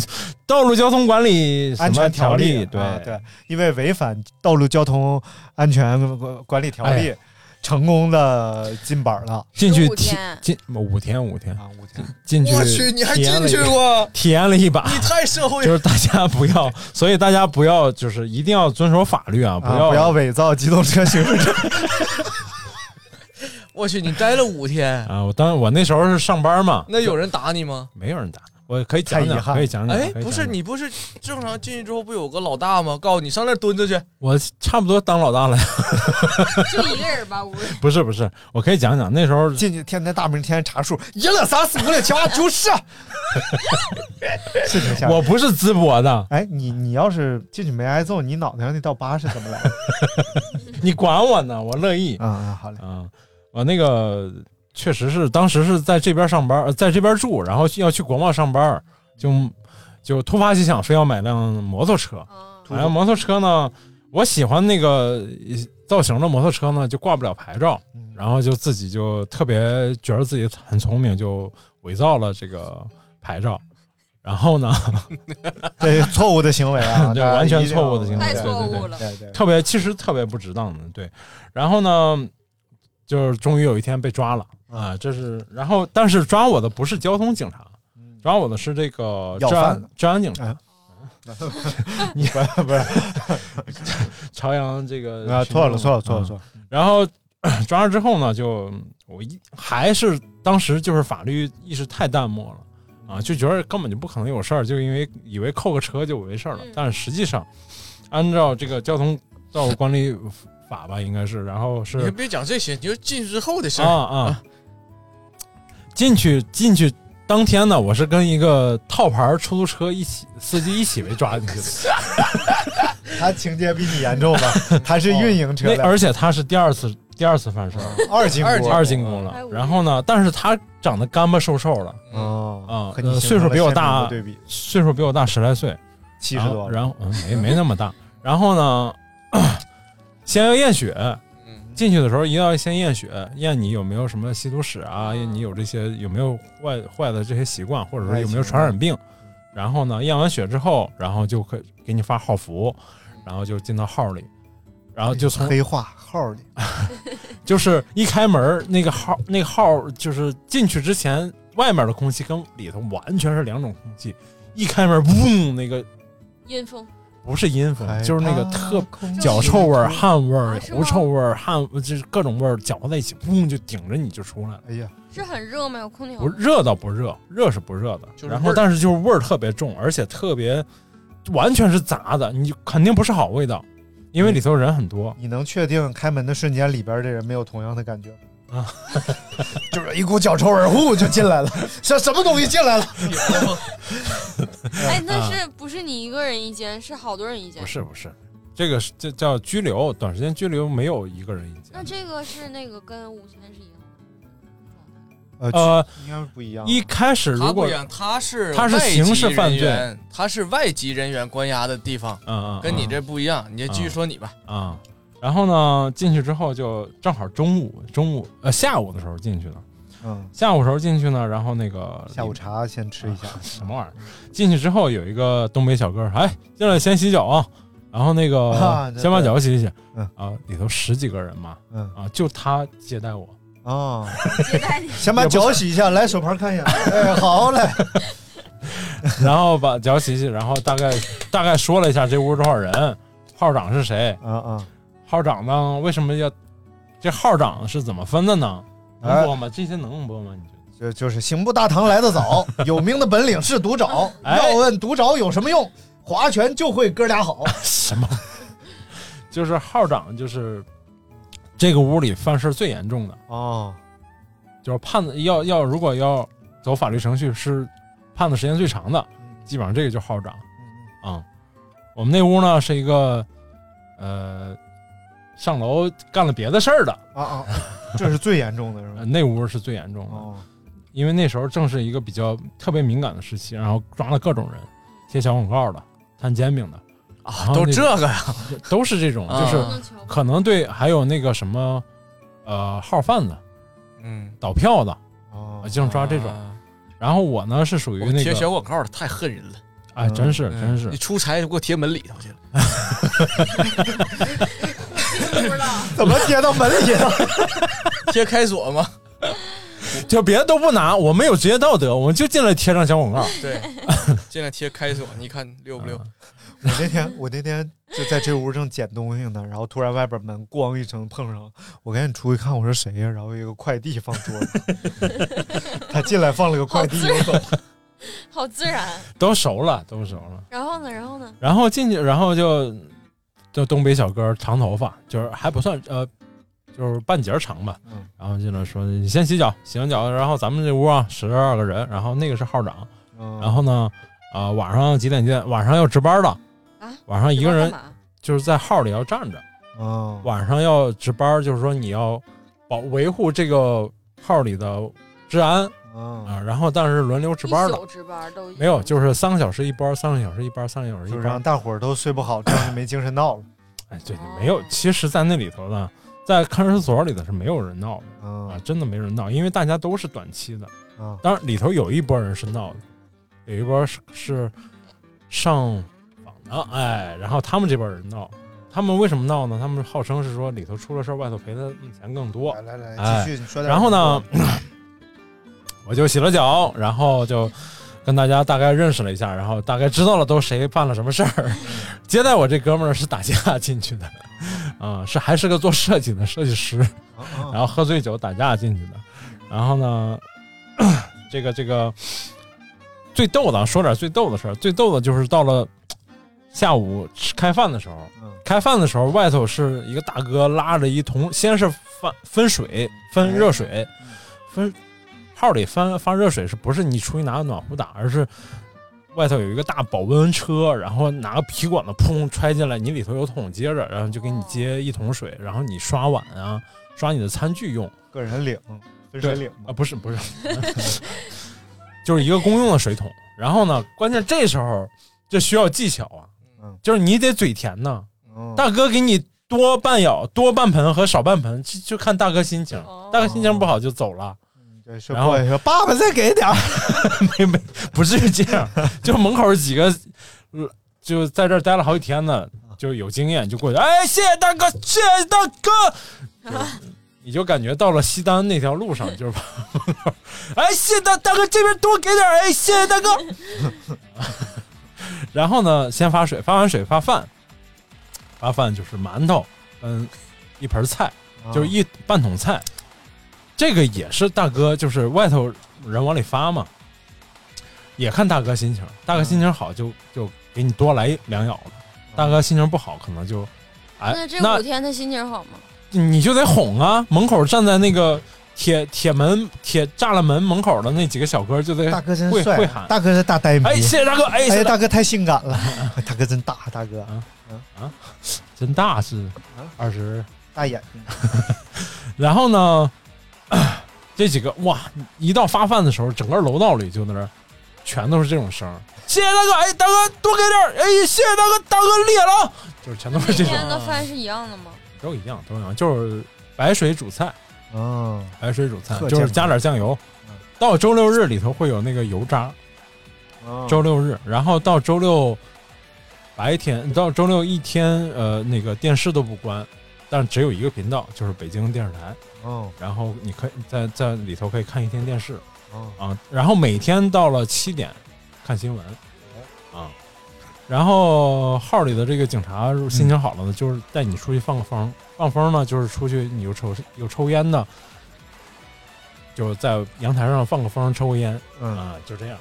Speaker 2: 道路交通管理什
Speaker 1: 安
Speaker 2: 么
Speaker 1: 全条
Speaker 2: 例？
Speaker 1: 对、啊对，因为违反道路交通安全管理条
Speaker 2: 哎
Speaker 1: 例，成功的进板了
Speaker 2: 进去
Speaker 4: 15
Speaker 2: 体
Speaker 4: 天
Speaker 2: 进五天五天
Speaker 1: 啊！五天，
Speaker 2: 进去，
Speaker 3: 我去，你还
Speaker 2: 体
Speaker 3: 进
Speaker 2: 验了一
Speaker 3: 去 过？
Speaker 2: 体验了一把
Speaker 3: 你。太社 会
Speaker 2: 就。是大家不要，所以大家不要，就是一定要遵守法律啊！不
Speaker 1: 啊
Speaker 2: 要
Speaker 1: 不要伪造机动车行驶证
Speaker 3: 我去，你待了五天，
Speaker 2: 啊！我当我那时候是上班嘛，
Speaker 3: 那有人打你吗？
Speaker 2: 没有人打，我可以讲
Speaker 1: 太
Speaker 2: 讲
Speaker 1: 遗，憾
Speaker 2: 可以讲讲。
Speaker 3: 哎，
Speaker 2: 嗯可以
Speaker 3: 不
Speaker 2: 讲
Speaker 3: 是，
Speaker 2: 讲，
Speaker 3: 你不是正常进去之后不有个老大吗？告诉你上那儿蹲着去。
Speaker 2: 我差不多当老大了。
Speaker 4: 就一个人吧，无人。
Speaker 2: 不是不是，我可以讲讲那时候
Speaker 1: 进去，天天大明天天查数，一二三四五六七八九十，啊 是挺吓人。
Speaker 2: 我不是淄博的，
Speaker 1: 哎，你你要是进去没挨揍，你脑袋上那道疤是怎么来的？
Speaker 2: 你管我呢，我乐意。
Speaker 1: 啊啊，好嘞，
Speaker 2: 啊，我那个确实是当时是在这边上班，呃在这边住，然后要去国贸上班，就就突发奇想，非要买辆摩托车。
Speaker 4: 啊
Speaker 2: 买哎辆摩托车呢，我喜欢那个呃造型的摩托车呢，就挂不了牌照，
Speaker 1: 嗯
Speaker 2: 然后就自己就特别觉得自己很聪明，就伪造了这个牌照。然后呢，
Speaker 1: 对错误的行为啊，
Speaker 2: 对
Speaker 1: 大家
Speaker 2: 完全
Speaker 1: 一定
Speaker 2: 错误的行为
Speaker 1: 要
Speaker 4: 太错误 了
Speaker 1: 对对对，
Speaker 2: 特别其实特别不值当的，对。然后呢，就是终于有一天被抓了啊，这是然后但是抓我的不是交通警察，抓我的是这个
Speaker 1: 嗯要
Speaker 2: 治
Speaker 1: 饭哎
Speaker 2: 安
Speaker 1: 的
Speaker 2: 治安警 察，
Speaker 1: 你不是不是
Speaker 2: 朝阳这个
Speaker 1: 啊，错了错了错
Speaker 2: 嗯
Speaker 1: 了 错了，
Speaker 2: 然后 抓了之后呢，就我一还是当时就是法律意识太淡漠了啊，就觉得根本就不可能有事儿，就因为以为扣个车就没事儿了
Speaker 4: 嗯，
Speaker 2: 但是实际上按照这个交通道路管理法吧，应该是，然后
Speaker 3: 你先
Speaker 2: 是
Speaker 3: 别讲这些，你就进去之后的事
Speaker 2: 啊
Speaker 3: 儿。
Speaker 2: 啊，进去进去。当天呢，我是跟一个套牌出租车一起司机一起被抓进 去的，
Speaker 1: 他情节比你严重吧？他是运营车
Speaker 2: 那
Speaker 1: 辆，
Speaker 2: 而且他是第二次第二次犯事儿，
Speaker 1: 二进
Speaker 3: 二
Speaker 1: 国，
Speaker 2: 哦二进宫
Speaker 4: 哎
Speaker 2: 了
Speaker 4: 我。
Speaker 2: 然后呢，但是他长得干巴瘦瘦的，
Speaker 3: 嗯，
Speaker 1: 哦
Speaker 2: 啊
Speaker 1: 和你
Speaker 2: 呃
Speaker 1: 形成
Speaker 2: 岁
Speaker 1: 了
Speaker 2: 数比我大
Speaker 1: 鲜明的对比，
Speaker 2: 岁数比我大十来岁，
Speaker 5: 七十多
Speaker 2: 然后然后嗯没没那么大。 然后呢， 先要验血。
Speaker 3: 嗯
Speaker 2: 进去的时候一定要先验血，验你有没有什么吸毒史啊，验你有这些有没有坏坏的这些习惯，或者说有没有传染病。然后呢，验完血之后，然后就可以给你发号服，然后就进到号里，然后就从
Speaker 5: 黑化号里，
Speaker 2: 就是一开门那个号那个号就是进去之前外面的空气跟里头完全是两种空气，一开门嗡那个
Speaker 4: 阴风。
Speaker 2: 不是阴
Speaker 5: 哎
Speaker 1: 哎
Speaker 2: 风，
Speaker 4: 害
Speaker 2: 就是那个
Speaker 4: 怕
Speaker 1: 啊
Speaker 2: 特
Speaker 4: 啊空气
Speaker 2: 脚臭味儿、
Speaker 4: 中
Speaker 2: 汗味儿、
Speaker 4: 啊是吗
Speaker 2: 狐臭味儿、汗就是各种味儿搅和在一起，砰就顶着你就出来了。
Speaker 5: 哎呀，
Speaker 4: 是很热吗？有空调
Speaker 2: 不
Speaker 4: 吗？
Speaker 2: 热倒不热，热是不热的，
Speaker 4: 就是
Speaker 2: 然
Speaker 4: 味
Speaker 2: 后
Speaker 4: 儿
Speaker 2: 但是就是味儿特别重，而且特别完全是杂的，你肯定不是好味道，因为里头人很多。
Speaker 5: 你能确定开门的瞬间里边的人没有同样的感觉吗？
Speaker 2: 啊，
Speaker 5: 就是一股脚臭味儿，呼就进来了，什什么东西进来了？
Speaker 4: 哎，那是不是你一个人一间？是好多人一间？
Speaker 2: 不是不是，这个是这叫拘留，短时间拘留没有一个人一间。
Speaker 4: 那这个是那个跟五千是一样的。
Speaker 2: 呃，
Speaker 5: 应该不一样
Speaker 2: 一开始
Speaker 3: 他
Speaker 2: 如
Speaker 3: 不
Speaker 2: 果
Speaker 3: 一样，他是
Speaker 2: 他是
Speaker 3: 外籍
Speaker 2: 刑事犯
Speaker 3: 人
Speaker 2: 罪，
Speaker 3: 员，他是外籍人员关押的地方，
Speaker 2: 嗯嗯
Speaker 3: 跟你
Speaker 2: 嗯
Speaker 3: 这不一样。你就继续说你吧，
Speaker 2: 啊、然后呢，进去之后就正好中午，中午呃下午的时候进去的，
Speaker 5: 嗯，
Speaker 2: 下午时候进去呢，然后那个
Speaker 5: 下午茶先吃一下，
Speaker 2: 啊什么玩意儿？进去之后有一个东北小哥儿，哎，进来先洗脚啊，然后那个、
Speaker 5: 啊对
Speaker 2: 先把脚洗洗，
Speaker 5: 嗯
Speaker 2: 啊，里头十几个人嘛，
Speaker 5: 嗯
Speaker 2: 啊，就他接待我，
Speaker 5: 啊，先把脚洗一下，来手盘看一下。哎，好 嘞，
Speaker 2: 然后把脚洗洗，然后大概大概说了一下这屋多少人，号长是谁，
Speaker 5: 啊啊，
Speaker 2: 号长呢为什么要这号长是怎么分的呢？能播吗？这些能播吗？你觉
Speaker 5: 就
Speaker 2: 得？
Speaker 5: 就是刑部大堂来得早，有名的本领是独爪，要问独爪有什么用？划拳就会哥俩好，
Speaker 2: 什么？ 就是号长就是这个屋里犯事最严重的
Speaker 5: 哦，
Speaker 2: 就是判的要要如果要走法律程序是判的时间最长的，基本上这个就号长。啊、我们那屋呢是一个呃上楼干了别的事儿的，
Speaker 5: 啊啊，这是最严重的是吧？哦
Speaker 2: 呃那屋是最严重的，因为那时候正是一个比较特别敏感的时期，然后抓了各种人，贴小广告的、摊煎饼的啊
Speaker 3: 都这个呀，
Speaker 2: 都是这种，
Speaker 3: 啊
Speaker 2: 就是 可能对，还有那个什么呃号贩子、
Speaker 3: 嗯，
Speaker 2: 倒票的，
Speaker 5: 哦啊
Speaker 2: 净抓这种。然后我呢是属于
Speaker 3: 啊我
Speaker 2: 那
Speaker 3: 贴小
Speaker 2: 个，
Speaker 3: 广告的太恨人了。
Speaker 2: 哎，真是
Speaker 3: 嗯
Speaker 2: 真是
Speaker 3: 你，出差就给我贴门里头去了，
Speaker 5: 怎么贴到门里了？
Speaker 3: 贴开锁吗？
Speaker 2: 就别的都不拿，我们有职业道德，我们就进来贴上小广告。
Speaker 3: 对，尽量贴开锁，你看溜不
Speaker 2: 啊
Speaker 3: 溜？
Speaker 5: 我那天我那天就在这屋正捡东西呢，然后突然外边门咣一声碰上了，我赶紧出去看，我说谁呀、然后有一个快递放桌上，他进来放了个快递，
Speaker 4: 好自然好自然。
Speaker 2: 都熟了，都熟了。
Speaker 4: 然后呢？然后呢？
Speaker 2: 然后进去，然后就就东北小哥长头发，就是还不算呃，就是半截儿长吧。
Speaker 5: 嗯
Speaker 2: 然后进来说：“你先洗脚，洗完脚，然后咱们这屋啊十二个人，然后那个是号长，
Speaker 5: 嗯
Speaker 2: 然后呢，啊、晚上几点见？晚上要值班的，
Speaker 4: 啊
Speaker 2: 晚上一个人就是在号里要站着，
Speaker 5: 嗯，
Speaker 2: 晚上要值班，就是说你要保维护这个号里的治安
Speaker 5: 啊、
Speaker 2: 然后但是轮流值班
Speaker 4: 一
Speaker 2: 的
Speaker 4: 宿，值班都
Speaker 2: 没有，就是三个小时一班，三个小时一班，三个小时一
Speaker 5: 就
Speaker 2: 班，
Speaker 5: 让大伙儿都睡不好，这样就没精神闹了。
Speaker 2: 哎，对，没有。其实，在那里头呢，在看守所里头是没有人闹的、
Speaker 5: 嗯
Speaker 1: 嗯
Speaker 2: 啊，真的没人闹，因为大家都是短期的。
Speaker 5: 啊
Speaker 2: 当然，里头有一波人是闹的，有一波是是上访的，哎，然后他们这波人闹。他们为什么闹呢？他们号称是说里头出了事儿，外头赔的钱更多。
Speaker 5: 来来
Speaker 2: 哎
Speaker 5: 继续你说点
Speaker 2: 然后呢， 我就洗了脚，然后就跟大家大概认识了一下，然后大概知道了都谁办了什么事儿。 接待我这哥们儿是打架进去的，啊、是还是个做设计的设计师，
Speaker 5: 嗯
Speaker 1: 哦
Speaker 2: 然后喝醉酒打架进去的。然后呢， 这个这个最逗的啊，说点最逗的事儿。最逗的就是到了下午吃开饭的时候，
Speaker 5: 嗯
Speaker 2: 开饭的时候外头是一个大哥拉着一桶，先是翻分水，分热水，分号里翻发热水，是不是你出去拿个暖壶打，而是外头有一个大保温车，然后拿个皮管子砰揣进来，你里头有桶接着，然后就给你接一桶水，然后你刷碗啊，刷你的餐具用。
Speaker 5: 个人领，分
Speaker 2: 对
Speaker 5: 水岭
Speaker 2: 啊，不是不是，就是一个公用的水桶。然后呢，关键这时候这需要技巧啊，就是你得嘴甜呐。
Speaker 5: 嗯
Speaker 2: 大哥给你多半舀、多半盆和少半盆，就就看大哥心
Speaker 4: 哦
Speaker 2: 情。大哥心情不好就走了。
Speaker 5: 对
Speaker 2: 然后
Speaker 5: 说爸爸再给点儿，
Speaker 2: 不是这样，就门口几个，呃就在这儿待了好几天呢，就有经验就过去，哎，谢谢大哥，谢谢大哥，你就感觉到了西单那条路上，就是把门口，哎，谢谢大大哥，这边多给点儿，哎，谢谢大哥。然后呢，先发水，发完水发饭，发饭就是馒头，嗯，一盆菜，就是一半桶菜，这个也是大哥，就是外头人往里发嘛，也看大哥心情，大哥心情好就就给你多来两舀了，大哥心情不好可能就，哎，
Speaker 4: 那这
Speaker 2: 那
Speaker 4: 五天他心情好吗？
Speaker 2: 你就得哄啊！门口站在那个铁铁门铁栅栏门门口的那几个小哥就得
Speaker 5: 大哥真
Speaker 2: 会
Speaker 5: 帅啊
Speaker 2: 会喊，
Speaker 5: 大哥是大呆逼。
Speaker 2: 哎谢谢大哥哎谢谢
Speaker 5: 哎，
Speaker 2: 大
Speaker 5: 大哥太性感 了，哎大哥真大，大哥
Speaker 2: 啊，真大是二十
Speaker 5: 大眼睛。
Speaker 2: 然后呢， 这几个哇，一到发饭的时候，整个楼道里就在那儿全都是这种声儿，谢谢大哥，哎，大哥多给点儿，哎，谢谢大哥，大哥厉害了啊，就是全都是
Speaker 4: 每
Speaker 2: 这
Speaker 5: 嗯
Speaker 2: 种。
Speaker 4: 天的饭是一样的吗？
Speaker 2: 都一样，都一样，就是白水煮菜。
Speaker 5: 嗯，
Speaker 2: 白水煮菜
Speaker 5: 特
Speaker 2: 就
Speaker 5: 健
Speaker 2: 是
Speaker 5: 嗯
Speaker 2: 加点酱油。到周六日里头会有那个油渣，
Speaker 5: 嗯
Speaker 2: 周六日，然后到周六白天，到周六一天，呃，那个电视都不关，但只有一个频道，就是北京电视台。
Speaker 5: 哦，
Speaker 2: 然后你可以在在里头可以看一天电视
Speaker 5: 哦
Speaker 2: 啊，然后每天到了七点看新闻啊，然后号里的这个警察如果心情好了呢，就是带你出去放个风，放风呢就是出去你就抽有抽烟的，就在阳台上放个风抽个烟，
Speaker 1: 嗯
Speaker 2: 啊，就这样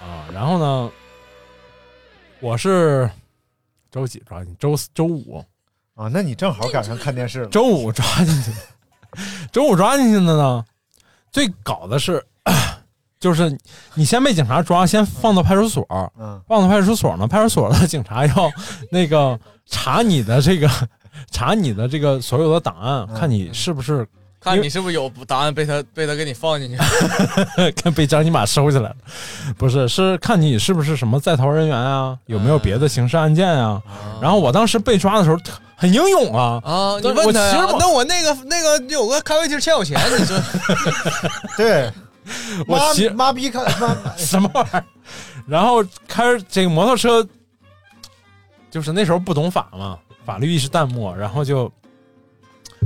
Speaker 2: 啊，然后呢，我是周几抓紧？周四周五
Speaker 5: 啊，那你正好赶上看电 视了。
Speaker 2: 周五抓进去， 周五抓进去的呢，最搞的是， 就是你先被警察抓，先放到派出所，
Speaker 5: 嗯，
Speaker 2: 放到派出所呢，派出所的警察要 那个查你的这个 查你的这个所有的档案，看你是不是
Speaker 3: 看你是不是有答案被他被他给你放
Speaker 2: 啊
Speaker 3: 进去？
Speaker 2: 看被张金马收起来了，不是，是看你是不是什么在逃人员啊，有没有别的刑事案件啊？然后我当时被抓的时候特很英勇啊
Speaker 3: 啊，你
Speaker 2: 但
Speaker 3: 问
Speaker 2: 我
Speaker 3: 他
Speaker 2: 其
Speaker 3: 呀
Speaker 2: 实我
Speaker 3: 那我那个那个有个咖啡厅欠我钱，你说
Speaker 5: 对，
Speaker 2: 我
Speaker 5: 妈
Speaker 2: 其
Speaker 5: 妈逼看妈，
Speaker 2: 什么玩意儿？然后开着这个摩托车，就是那时候不懂法嘛，法律意识淡漠，然后就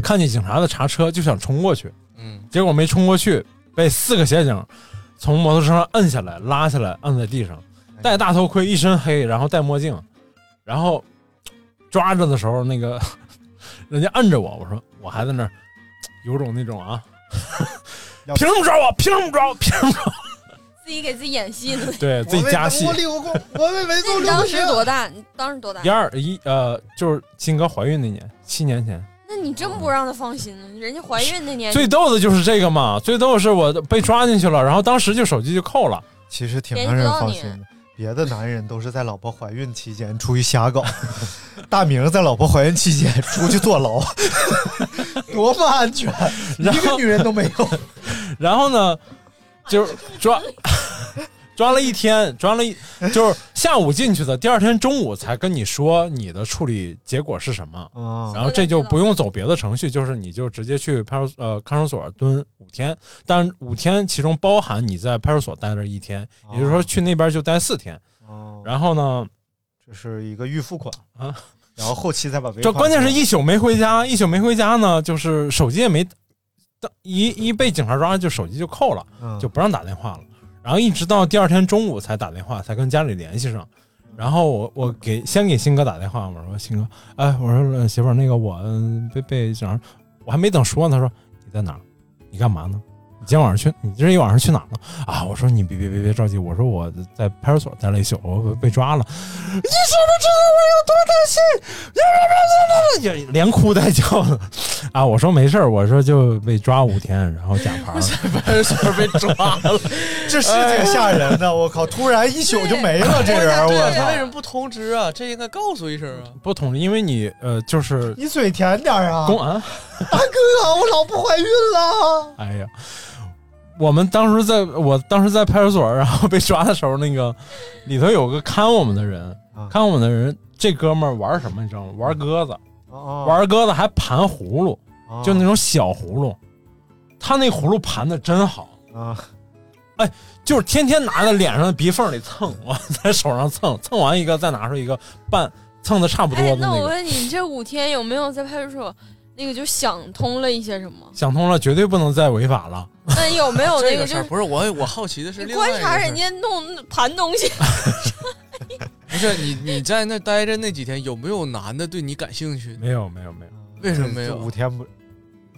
Speaker 2: 看见警察的查车就想冲过去，
Speaker 3: 嗯，
Speaker 2: 结果没冲过去，被四个协警从摩托车上摁下来，拉下来，按在地上，戴大头盔，一身黑，然后戴墨镜，然后抓着的时候，那个人家摁着我，我说我还在那儿有种那种啊， 凭什么抓我？凭什么抓我？ 凭什么抓我？
Speaker 4: 自己给自己演戏呢。
Speaker 2: 对自己加戏。
Speaker 5: 我过，我被围
Speaker 4: 那你当时多大？你当时多大
Speaker 2: 一？二一呃，就是金哥怀孕那年，七年前。
Speaker 4: 那你真不让他放心呢？人家怀孕那年，
Speaker 2: 最逗的就是这个嘛，最逗的是我被抓进去了，然后当时就手机就扣了。
Speaker 5: 其实挺让人放心的。别的男人都是在老婆怀孕期间出去瞎搞， 大明在老婆怀孕期间出去坐牢， 多么安全，一
Speaker 2: 然
Speaker 5: 个
Speaker 2: 后
Speaker 5: 女人都没 有。
Speaker 2: 然后呢，就是抓抓了一天，抓了一就是下午进去的，第二天中午才跟你说你的处理结果是什么。
Speaker 5: 啊
Speaker 2: 然后这就不用走别的程序，就是你就直接去派出呃看守所蹲五天，但五天其中包含你在派出所待着一天，也就是说去那边就待四天。然后呢，
Speaker 5: 啊这是一个预付款
Speaker 2: 啊，
Speaker 5: 然后后期再把尾款
Speaker 2: 这关键是
Speaker 5: 付了
Speaker 2: 一宿没回家，一宿没回家呢，就是手机也没，当一一被警察抓就手机就扣了，
Speaker 5: 嗯
Speaker 2: 就不让打电话了。然后一直到第二天中午才打电话，才跟家里联系上。然后我我给先给鑫哥打电话，我说鑫哥，哎，我说呃媳妇儿，那个我嗯被被警察，我还没等说呢，他说你在哪儿？你干嘛呢？你今天晚上去，你这一晚上去哪儿了？啊，我说你别别别别着急，我说我在派出所待了一宿，我被抓了。
Speaker 6: 你知不知道我有多担心？
Speaker 2: 也连哭带叫的啊！我说没事儿，我说就被抓五天，然后假牌儿。
Speaker 3: 派出 所被抓了，
Speaker 5: 这是挺吓人
Speaker 2: 哎
Speaker 5: 的。我靠，突然一宿就没了这 人，
Speaker 3: 对
Speaker 2: 我
Speaker 3: 呀
Speaker 2: 操
Speaker 3: 他为什么不通知啊？这应该告诉一声啊！
Speaker 2: 不同，因为你呃，就是
Speaker 5: 你嘴甜点儿啊，
Speaker 2: 公安。
Speaker 5: 大哥，我老婆怀孕了。
Speaker 2: 哎呀，我们当时在我当时在派出所，然后被抓的时候，那个里头有个看我们的人，看我们的人，这哥们儿玩什么你知道吗？玩鸽子，
Speaker 5: 哦
Speaker 2: 玩鸽子还盘葫芦，
Speaker 1: 啊
Speaker 2: 就那种小葫芦，他那葫芦盘的真好
Speaker 5: 哦
Speaker 2: 啊！哎，就是天天拿在脸上的鼻缝里蹭，往在手上蹭， 蹭完一个再拿出一个半蹭的差不多的
Speaker 4: 哎那我
Speaker 2: 个，
Speaker 4: 问你，你这五天有没有在派出所那个就想通了一些什么？
Speaker 2: 想通了，绝对不能再违法了。
Speaker 4: 那有没有哦那
Speaker 3: 这个
Speaker 4: 就
Speaker 3: 事儿？
Speaker 4: 是
Speaker 3: 不是我，我好奇的是
Speaker 4: 你
Speaker 3: 另外一
Speaker 4: 观
Speaker 3: 个
Speaker 4: 察
Speaker 3: 事儿
Speaker 4: 人家弄盘东西？
Speaker 3: 不是你你在那待着那几天，有没有男的对你感兴趣？
Speaker 2: 没有，没有，
Speaker 5: 哦
Speaker 2: 没有。
Speaker 3: 为什么没有？
Speaker 2: 五天不，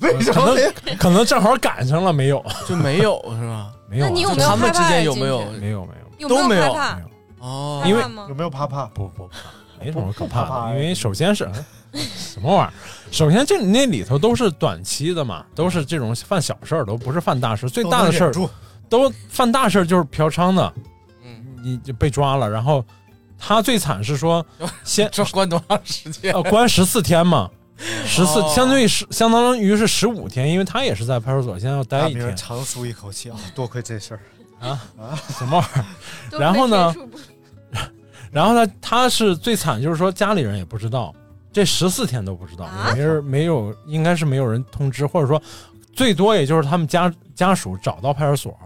Speaker 3: 为什么
Speaker 2: 可
Speaker 3: 没有
Speaker 2: 能可能正好赶上了，没有
Speaker 3: 就没有是 吧？
Speaker 2: 没有啊、
Speaker 3: 那你有没有他们之间有没有害怕呀
Speaker 2: 没有没
Speaker 3: 有
Speaker 2: 有
Speaker 3: 没有都没有害
Speaker 4: 怕
Speaker 2: 哦
Speaker 4: 害
Speaker 2: 因为
Speaker 4: 怕吗
Speaker 5: 有没有怕怕？
Speaker 2: 不不没什么可
Speaker 5: 不怕
Speaker 2: 怕
Speaker 5: 呀
Speaker 2: 的，因为首先是什么玩意儿？首先这那里头都是短期的嘛，都是这种犯小事儿，都不是犯大事。最大的事儿
Speaker 5: 都能忍
Speaker 2: 都犯大事儿就是嫖娼的，嗯，你就被抓了，然后他最惨 是说先
Speaker 3: 关多长时间？
Speaker 2: 呃，关十四天嘛，十四
Speaker 5: 哦
Speaker 2: 相对是相当于是十五天，因为他也是在派出所，现在要待
Speaker 5: 大
Speaker 2: 一
Speaker 5: 明
Speaker 2: 天。
Speaker 5: 长舒一口气 啊，多亏这事儿
Speaker 2: 啊什么玩意儿？然后呢？然后呢？他是最惨，就是说家里人也不知道，这十四天都不知道，没人没有，应该是没有人通知，或者说最多也就是他们家家属找到派出所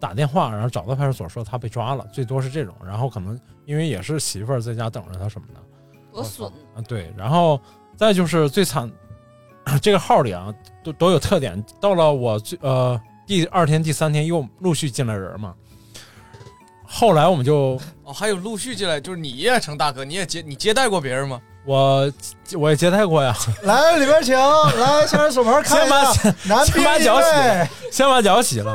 Speaker 2: 打电话，然后找到派出所说他被抓了，最多是这种。然后可能因为也是媳妇儿在家等着他什么的，
Speaker 4: 多损！
Speaker 2: 啊，对，然后再就是最惨， 这个号里啊都都有特点。到了我最呃第二天、第三天又陆续进来人嘛，后来我们就
Speaker 3: 哦，还有陆续进来，就是你也成大哥，你也接你接待过别人吗？
Speaker 2: 我我也接待过呀，
Speaker 5: 来里边请，来 先生手牌看一下，男
Speaker 2: 先
Speaker 5: 宾
Speaker 2: 把
Speaker 5: 一
Speaker 2: 脚洗
Speaker 5: 位
Speaker 2: 了，先把脚洗 了。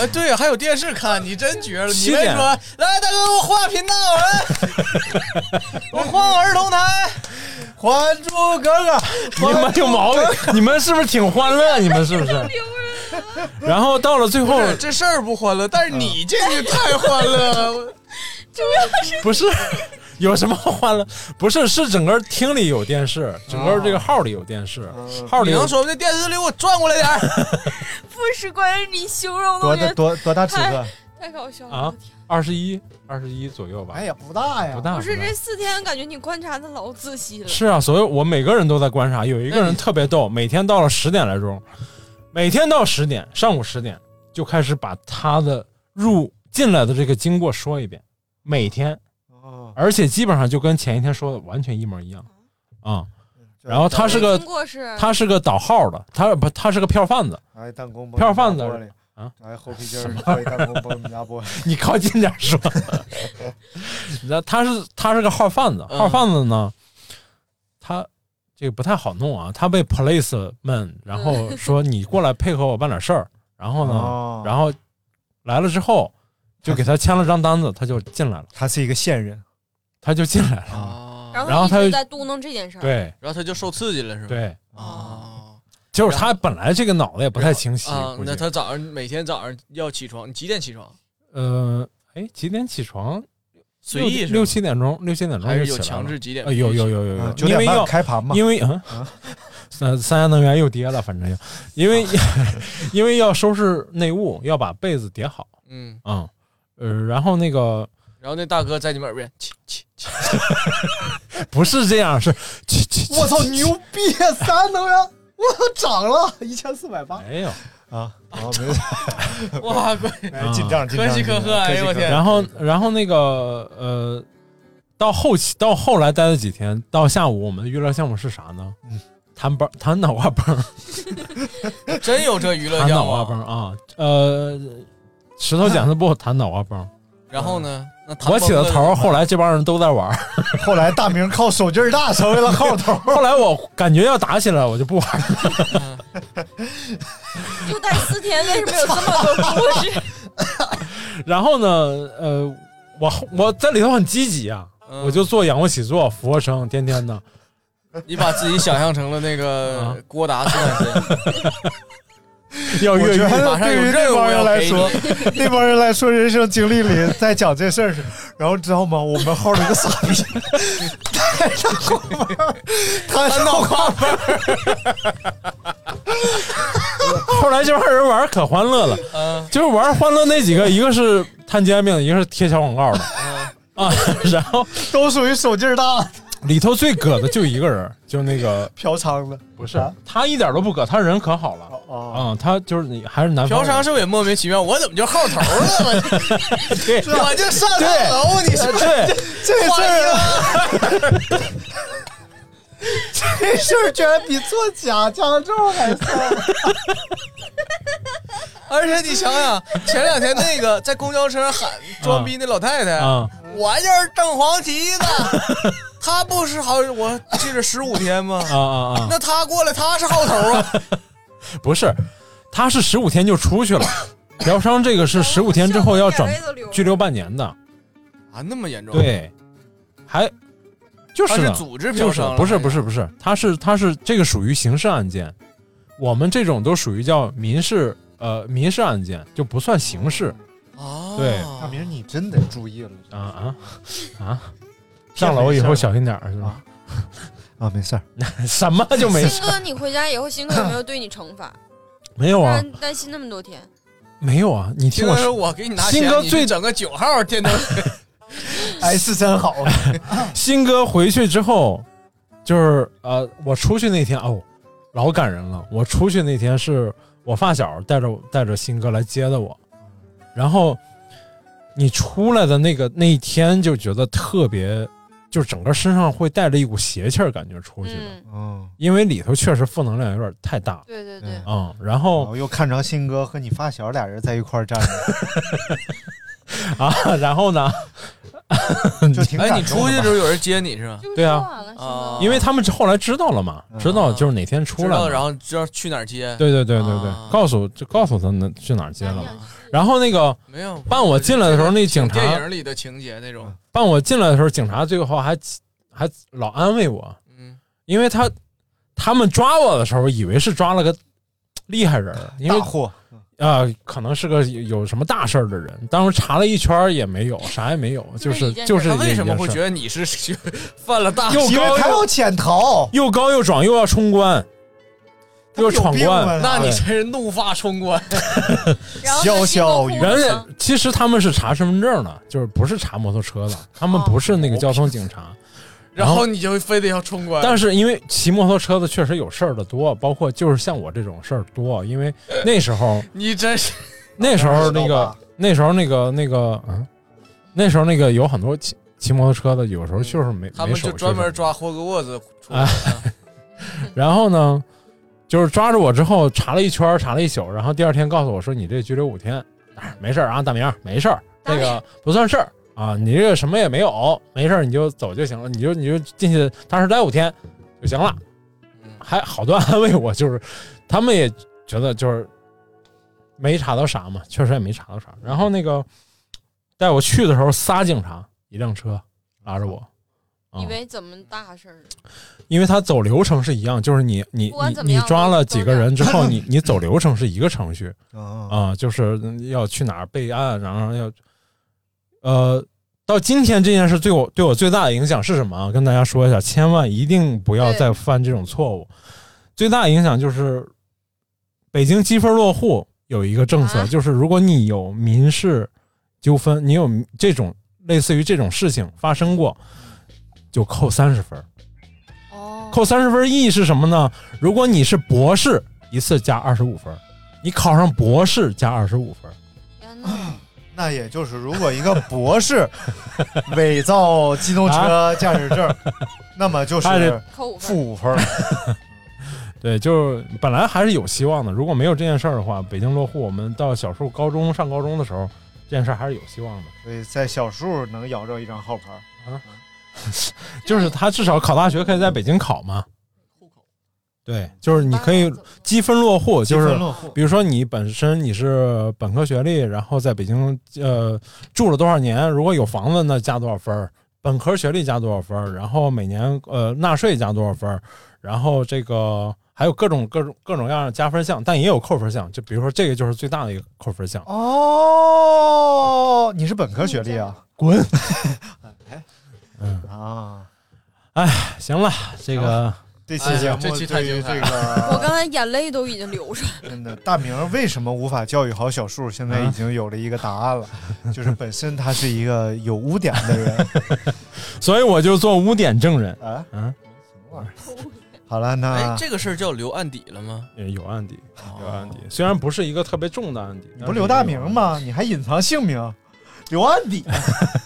Speaker 3: 哎，对，还有电视看，你真绝了！你
Speaker 2: 七
Speaker 3: 别
Speaker 2: 点
Speaker 3: 说，来大哥，给我换频道， 来，我换个儿童台，
Speaker 5: 《还珠格格》。
Speaker 2: 你们有毛 病，你们是不是挺欢乐？啊你们是不是？然后到了最后
Speaker 3: 不，是这事儿不欢乐，但
Speaker 2: 嗯
Speaker 3: 是你进去太欢乐 了。
Speaker 4: 主要是
Speaker 2: 不是有什么欢乐？不是，是整个厅里有电视，整个这个号里有电视，
Speaker 4: 哦
Speaker 2: 号里
Speaker 3: 你
Speaker 2: 有
Speaker 3: 能说那电视里给我转过来点儿？
Speaker 4: 不是关于你形容的，
Speaker 2: 多
Speaker 4: 我觉得
Speaker 2: 多多大尺
Speaker 4: 太
Speaker 2: 寸？
Speaker 4: 太搞笑了！
Speaker 2: 啊，二十一，二十一左右吧。
Speaker 4: 哎
Speaker 5: 呀，不大呀
Speaker 2: 不大。
Speaker 4: 不是
Speaker 2: 大
Speaker 4: 这四天，感觉你观察的老仔细了。
Speaker 2: 是啊，所以我每个人都在观察，有一
Speaker 4: 哎
Speaker 2: 个人特别逗，每天到了十点来钟，每天到十点，上午十点就开始把他的入进来的这个经过说一遍，每天，
Speaker 5: 哦
Speaker 2: 而且基本上就跟前一天说的完全一模一样啊。然后他是个
Speaker 4: 经过是
Speaker 2: 他是个倒号的，他不他是个票贩子，
Speaker 5: 哎，弹弓
Speaker 2: 票贩子
Speaker 5: 啊
Speaker 2: 啊，
Speaker 5: 哎，后皮筋
Speaker 2: 什
Speaker 5: 儿
Speaker 2: 么
Speaker 5: 可以弹弓崩你家 玻璃。
Speaker 2: 你靠近点说。 你知道他是他是个号贩
Speaker 3: 嗯
Speaker 2: 子，号贩子呢，他这个不太好弄啊。他被 policeman，然 后说你过来配合我办点事儿，然后呢，
Speaker 5: 哦
Speaker 2: 然后来了之后就给他签了张单子，他就进来了。
Speaker 5: 他是一个线人，
Speaker 2: 他就进 来了。
Speaker 4: 然
Speaker 2: 然后
Speaker 4: 后
Speaker 2: 他
Speaker 4: 一直
Speaker 2: 就
Speaker 4: 在嘟囔这件事儿。
Speaker 2: 对，
Speaker 3: 啊然后他就受刺激了，是吧？
Speaker 2: 对
Speaker 3: 啊，
Speaker 2: 就是他本来这个脑子也不太清晰，
Speaker 3: 啊，
Speaker 2: 估计
Speaker 3: 那他早上每天早上要起床，你几点起床？
Speaker 2: 呃，哎，几点起床？
Speaker 3: 随意
Speaker 2: 六
Speaker 3: 是
Speaker 2: 六七点钟，六七点钟
Speaker 3: 还是
Speaker 2: 就
Speaker 3: 有
Speaker 2: 起来
Speaker 3: 强
Speaker 2: 了
Speaker 3: 制几点
Speaker 2: 呃有有有有
Speaker 5: 啊
Speaker 2: 有，
Speaker 5: 九
Speaker 2: 因
Speaker 5: 点
Speaker 2: 为
Speaker 5: 半
Speaker 2: 要
Speaker 5: 开盘嘛
Speaker 2: 因为啊， 三三峡能源又跌了，反正要，因为
Speaker 5: 啊
Speaker 2: 因为要收拾内务，要把被子叠好，
Speaker 3: 嗯
Speaker 2: 嗯呃，然后那个
Speaker 3: 然后那大哥在你们耳边，起起起，
Speaker 2: 不是这样，是去去，
Speaker 5: 我操，牛逼！
Speaker 2: 啊
Speaker 5: 三能源，我操，涨了一千四百八。
Speaker 2: 没有
Speaker 5: 啊，哦，没有。
Speaker 3: 哇贵
Speaker 5: 哎紧张，紧张，
Speaker 3: 可喜可
Speaker 5: 紧
Speaker 3: 贺
Speaker 5: 张
Speaker 3: 哎呦我天
Speaker 2: 然后然后那个呃，到后期到后来待了几天，到下午我们的娱乐项目是啥呢？
Speaker 5: 嗯
Speaker 2: 弹包弹脑瓜崩，
Speaker 3: 真有这娱乐
Speaker 2: 弹
Speaker 3: 项
Speaker 2: 脑
Speaker 3: 目
Speaker 2: 瓜
Speaker 3: 啊。
Speaker 2: 崩啊，呃，石头剪子布弹脑瓜崩。
Speaker 3: 然后呢？那他
Speaker 2: 嗯我起的头，后
Speaker 3: 来
Speaker 2: 来这帮人都在玩儿。
Speaker 5: 后来大明靠手劲儿大成为了号头。
Speaker 2: 后来我感觉要打起来，我就不玩了。
Speaker 4: 就待四天，为什么有这么多故事？
Speaker 2: 然后呢，呃，我我在里头很积极啊，
Speaker 3: 嗯
Speaker 2: 我就做仰卧起坐、俯卧撑，天天 的。
Speaker 3: 你把自己想象成了那
Speaker 2: 啊
Speaker 3: 个郭达斯坦 森，
Speaker 2: 要
Speaker 5: 我
Speaker 2: 越
Speaker 5: 觉
Speaker 2: 狱
Speaker 5: 得
Speaker 3: 马上有
Speaker 5: 对于
Speaker 3: 任
Speaker 5: 那
Speaker 3: 务
Speaker 5: 帮人
Speaker 3: 要
Speaker 5: 来
Speaker 3: 给
Speaker 5: 说
Speaker 3: 你，
Speaker 5: 那帮人来说，人生经历里在讲这事儿时，然后知道吗？我们号里个傻逼，他他
Speaker 3: 他脑瓜
Speaker 5: 崩，
Speaker 2: 后来这帮人玩儿可欢 乐了，
Speaker 3: 嗯
Speaker 2: 就是玩儿欢乐那几个，一个是摊煎饼，一个是贴小广告的， 啊，然后
Speaker 5: 都属于手劲儿大。
Speaker 2: 里头最葛的就一个人，就那个
Speaker 5: 嫖娼的，
Speaker 2: 不是 他一点都不葛，他人可好了，
Speaker 5: 哦
Speaker 2: 啊，他就是你还是南方
Speaker 3: 嫖
Speaker 2: 人
Speaker 3: 娼是不是也莫名其妙？我怎么就号头了？
Speaker 2: 对，
Speaker 3: 我就上趟楼，你 说
Speaker 2: 对
Speaker 3: 这
Speaker 5: 这事儿
Speaker 3: 儿，
Speaker 5: 这事儿居然比做假驾照还 骚。
Speaker 3: 而且你想想，前两天那个在公交车上喊装逼那老太太，
Speaker 2: 啊
Speaker 3: 我就是正黄旗 子，她不是好，我记着十五天吗？
Speaker 2: 啊啊啊
Speaker 3: 那她过来，她是号头啊，
Speaker 2: 不是，他是十五天就出 去了，疗伤这个是十五天之后哦要转拘留半年的，
Speaker 3: 啊，那么严重？
Speaker 2: 对，还就是
Speaker 3: 他是
Speaker 2: 呢
Speaker 3: 组织嫖
Speaker 2: 就是
Speaker 3: 娼了
Speaker 2: 不是不是不是，他是他是这个属于刑事案件，我们这种都属于叫民事呃民事案件，就不算刑事。
Speaker 3: 啊
Speaker 2: 对，
Speaker 5: 大明，你真得注意了
Speaker 2: 啊啊啊！上楼以后小心点儿，是吧？
Speaker 5: 啊，没事儿，
Speaker 2: 什么就没事
Speaker 4: 鑫？哥，你回家以后，鑫哥有没有对你 惩罚？
Speaker 2: 没有啊，
Speaker 4: 担担心那么多天，
Speaker 2: 没有啊！你听我
Speaker 3: 鑫哥
Speaker 2: 说，
Speaker 3: 说我给你拿钱
Speaker 2: 鑫哥
Speaker 3: 你
Speaker 2: 最
Speaker 3: 整个九号 电灯，
Speaker 5: 哎，是真好。
Speaker 2: 新哥回去之后，就是呃，我出去那天哦，老感人了。我出去那天是我发小带着带着新哥来接的我，然后你出来的那个那一天就觉得特别，就整个身上会带着一股邪气儿感觉出去的，
Speaker 5: 嗯，
Speaker 2: 因为里头确实负能量有点太大。
Speaker 4: 对对
Speaker 5: 对，
Speaker 2: 嗯，然后
Speaker 1: 哦
Speaker 5: 又看着新哥和你发小俩人在一块儿站着，
Speaker 2: 啊，然后呢，
Speaker 5: 就 挺
Speaker 3: 哎，
Speaker 5: 感
Speaker 3: 你
Speaker 5: 动
Speaker 3: 出去
Speaker 5: 的吧
Speaker 3: 的时候有人接你是吧？
Speaker 2: 对啊，
Speaker 3: 啊，
Speaker 4: 哦
Speaker 2: 因为他们后来知道了嘛，知道就是哪天 出
Speaker 3: 知
Speaker 2: 来
Speaker 3: 道，
Speaker 2: 了，
Speaker 3: 然后哦知道去哪儿接。
Speaker 2: 对对对对对，告诉就告诉他们去哪儿接
Speaker 4: 哎
Speaker 3: 哎
Speaker 2: 了嘛。然后那个
Speaker 3: 没有
Speaker 2: 伴我进来的时候，那警察
Speaker 3: 电影里的情节那种，
Speaker 2: 伴我进来的时候，警察最后还还老安慰我，
Speaker 3: 嗯，
Speaker 2: 因为他他们抓我的时候，以为是抓了个厉害人，因为
Speaker 5: 大祸
Speaker 2: 啊、可能是个有什么大事儿的人。当时查了一圈儿也没有，啥也没有，就是就是
Speaker 3: 他
Speaker 2: 这
Speaker 3: 为
Speaker 2: 一
Speaker 3: 什么
Speaker 2: 件
Speaker 3: 会
Speaker 2: 事儿
Speaker 3: 觉得你是 犯了大
Speaker 2: 又
Speaker 3: 错？
Speaker 2: 高又
Speaker 5: 潜逃，
Speaker 2: 又高又壮，又要冲关，又
Speaker 3: 有
Speaker 2: 闯
Speaker 3: 病啊吧
Speaker 2: 关，
Speaker 3: 那你
Speaker 2: 对
Speaker 3: 真是怒发冲冠。
Speaker 2: 潇潇雨。人家
Speaker 3: 嗯
Speaker 2: 其实他们是查身份证的，就是不是查摩托车的，他们不是那
Speaker 3: 哦
Speaker 2: 个交通警察。
Speaker 3: 然后你就非得要冲关。
Speaker 2: 但是因为骑摩托车的确实有事儿的多，包括就是像我这种事儿多，因为那时候
Speaker 3: 你真是
Speaker 2: 那时候那个那时候那个那个嗯，那时候那个有很多骑骑摩托车的，有时候就是没
Speaker 3: 他
Speaker 2: 没
Speaker 3: 们
Speaker 2: 手
Speaker 3: 就
Speaker 2: 续
Speaker 3: 专
Speaker 2: 什么
Speaker 3: 门
Speaker 2: 的
Speaker 3: 抓霍格沃兹出来
Speaker 2: 啊， 然后呢，就是抓着我之后查了一圈儿，查了一宿，然后第二天告诉我说你这拘留五天，啊没事儿啊，大明儿没事儿，这个不算事儿啊，你这个什么也没有，没事儿你就走就行了，你就你就进去踏实待五天就行了。
Speaker 4: 嗯
Speaker 2: 还好多安慰我，就是他们也觉得就是没查到啥嘛，确实也没查到啥。然后那个带我去的时候，仨警察一辆车拉着我。啊
Speaker 4: 以。为怎么大事儿？
Speaker 2: 因为他走流程是一样，就是你你
Speaker 4: 不管怎么
Speaker 2: 你你
Speaker 4: 样
Speaker 2: 抓了几个人之后，
Speaker 4: 都是
Speaker 2: 你你走流程是一个程序
Speaker 5: 啊、
Speaker 1: 嗯
Speaker 2: 就是要去哪儿备案，然后要呃，到今天这件事对我对我最大的影响是什么啊？跟大家说一下，千万一定不要再犯这种错误。最大的影响就是北京积分落户有一个政
Speaker 4: 啊
Speaker 2: 策，就是如果你有民事纠纷，你有这种类似于这种事情发生过，就扣三十分儿。
Speaker 4: 哦
Speaker 2: 扣三十分儿意义是什么呢？如果你是博士，一次加二十五分儿；你考上博士加二十五分儿。
Speaker 5: 那也就是，如果一个博士 伪造机动车驾驶 证，那么就
Speaker 2: 他
Speaker 5: 是
Speaker 2: 是
Speaker 5: 负五分儿。
Speaker 2: 对，就是本来还是有希望的。如果没有这件事儿的话，北京落户，我们到小数高中上高中的时候，这件事儿还是有希望的。
Speaker 5: 所以在小数能摇着一张号牌
Speaker 2: 啊，就是他至少考大学可以在北京考嘛。对，就是你可以积分落户，就
Speaker 5: 积
Speaker 2: 是
Speaker 5: 分落户
Speaker 2: 比如说你本身你是本科学历，然后在北京呃住了多少年，如果有房子那加多少分儿，本科学历加多少分儿，然后每年呃纳税加多少分儿，然后这个还有各种各种各种样的加分项，但也有扣分项，就比如说这个就是最大的一个扣分项。
Speaker 5: 哦，你是本科学历啊？
Speaker 2: 滚！
Speaker 5: 嗯啊，
Speaker 2: 哎，行了，这个
Speaker 1: 这期节目
Speaker 7: 这期太
Speaker 1: 对
Speaker 7: 精
Speaker 1: 于
Speaker 7: 彩
Speaker 1: 这
Speaker 7: 了
Speaker 1: 个，
Speaker 4: 我刚才眼泪都已经流出来了。
Speaker 1: 真的大明为什么无法教育好小树？现
Speaker 5: 啊
Speaker 1: 在已经有了一个答案了，就是本身他是一个有污点 的人。
Speaker 2: 所以我就做污点证人
Speaker 1: 啊
Speaker 2: 啊！
Speaker 1: 好了，那
Speaker 7: 哎，这个事儿叫留案底了吗？
Speaker 2: 有案底，有
Speaker 5: 啊
Speaker 2: 案底，虽然不是一个特别重的案底，
Speaker 1: 你不刘大明
Speaker 2: 啊
Speaker 1: 吗？你还隐藏姓名，刘安底，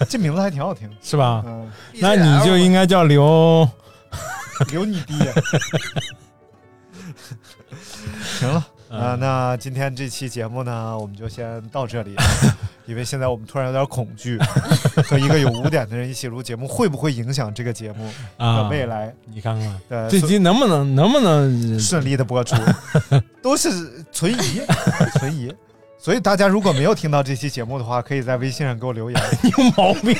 Speaker 1: 这名字还挺好听，
Speaker 2: 是吧？
Speaker 1: 嗯
Speaker 2: 那你就应该叫刘
Speaker 1: 刘你爹。行了。啊、那今天这期节目呢，我们就先到这里，因为现在我们突然有点恐惧，和一个有污点的人一起录节目，会不会影响这个节目的
Speaker 2: 啊
Speaker 1: 未来？
Speaker 2: 你看看
Speaker 1: 对
Speaker 2: 这期能不能能不 能
Speaker 1: 顺利的播出？都是存疑，存疑。所以大家如果没有听到这期节目的话，可以在微信上给我留言。
Speaker 2: 你有毛病，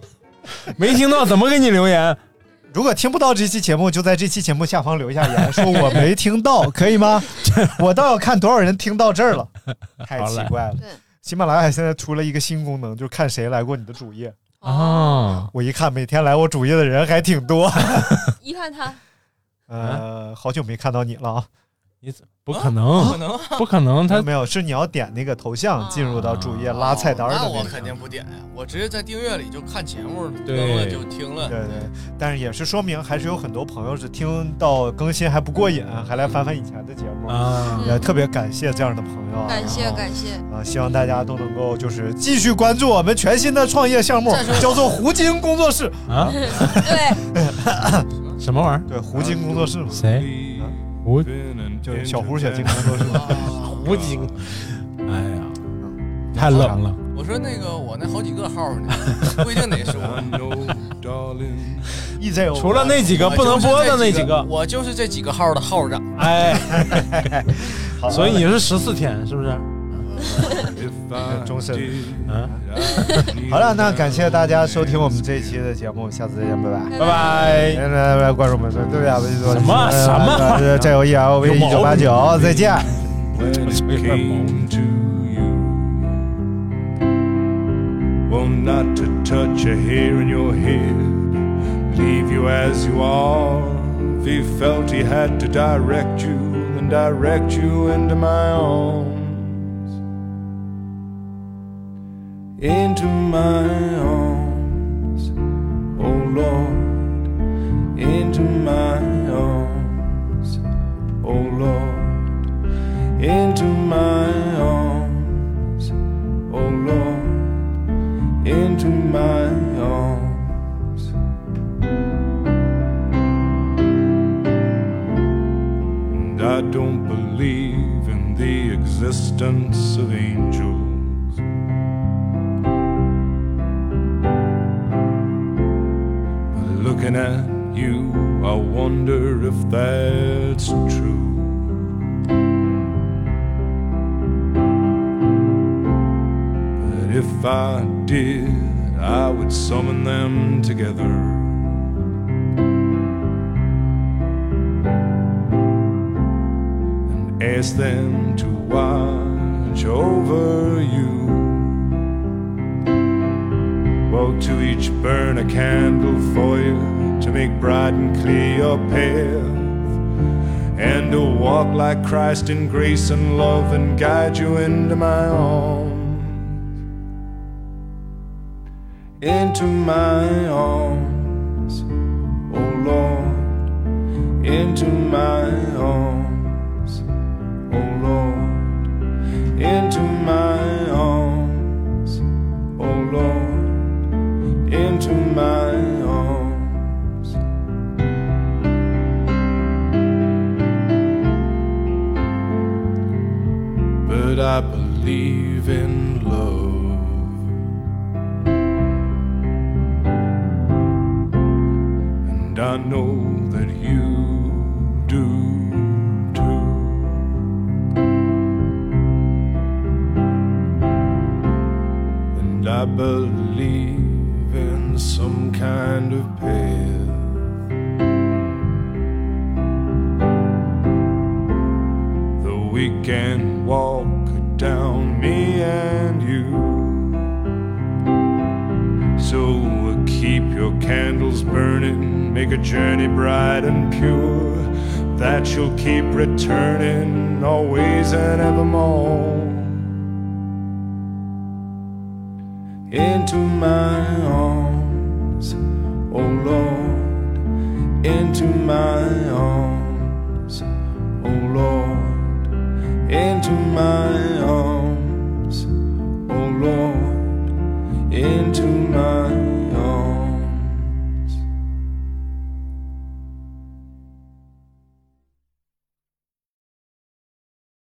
Speaker 2: 没听到怎么给你留言？
Speaker 1: 如果听不到这期节目，就在这期节目下方留一下言，说我没听到，可以吗？我倒要看多少人听到这儿了，太奇怪了。喜马拉雅现在出了一个新功能，就是看谁来过你的主页。
Speaker 2: 啊！
Speaker 1: 我一看，每天来我主页的人还挺多。
Speaker 4: 一看他，
Speaker 1: 呃，好久没看到你了啊！
Speaker 2: 你怎不可能，
Speaker 1: 可能，
Speaker 2: 不可能，
Speaker 1: 他没有，是你要点那个头像进入到主页 拉菜单的
Speaker 7: 那
Speaker 1: 个
Speaker 7: 我
Speaker 1: 啊
Speaker 7: 肯定不点呀，我直接在订阅里就看节目，
Speaker 1: 对
Speaker 7: 更了就听了。
Speaker 1: 对对，但是也是说明还是有很多朋友是听到更新还不过瘾，还来翻翻以前的节目
Speaker 2: 啊
Speaker 1: 也特别感谢这样的朋友啊，
Speaker 4: 感谢感谢。
Speaker 1: 啊，希望大家都能够就是继续关注我们全新的创业项目，叫做胡金工作室
Speaker 2: 啊，什么玩意儿？
Speaker 1: 对，胡金工作室嘛，
Speaker 2: 谁？
Speaker 1: 啊
Speaker 2: 胡
Speaker 1: 就是小胡小金工作室，
Speaker 2: 啊胡金，哎呀，太冷了。
Speaker 7: 我说那个我那好几个号呢，不一定哪说。
Speaker 1: EJ
Speaker 2: 除了那几个不能播的那几个
Speaker 7: 我就是这几个号的号长。
Speaker 2: 哎，
Speaker 7: 好
Speaker 2: 所以你是十四天是不是？
Speaker 1: 终身。
Speaker 2: 嗯，
Speaker 1: 好了，那感谢大家收听我们这一期的节目，下次再见，拜拜，
Speaker 2: 拜拜，
Speaker 1: 拜拜，拜拜，关注我们，对不对啊？
Speaker 2: 什么什么
Speaker 1: 加油 E L V 一九八九，再见。
Speaker 3: Well, not to touch a hair in your head, leave you as you are. If he felt he had to direct you, then direct you into my arms. Into my arms, oh Lord. Into my arms, oh Lord. Into my arms, oh Lord into my arms. And I don't believe in the existence of angels. But looking at you, I wonder if that's true. But if I did, I would summon them together. And ask them to watch over you. Well, to each burn a candle for you, to make bright and clear your path. And to walk like Christ in grace and love and guide you into my arms. into my arms, oh Lord, into my arms, oh Lord, into my arms, oh Lord, into my arms. But I believe in love. And I know that you do too. And I believe in some kind of path. Though we can walk down, me and you. So keep your candles burning, make a journey bright and pure. that you'll keep returning always and evermore into my arms.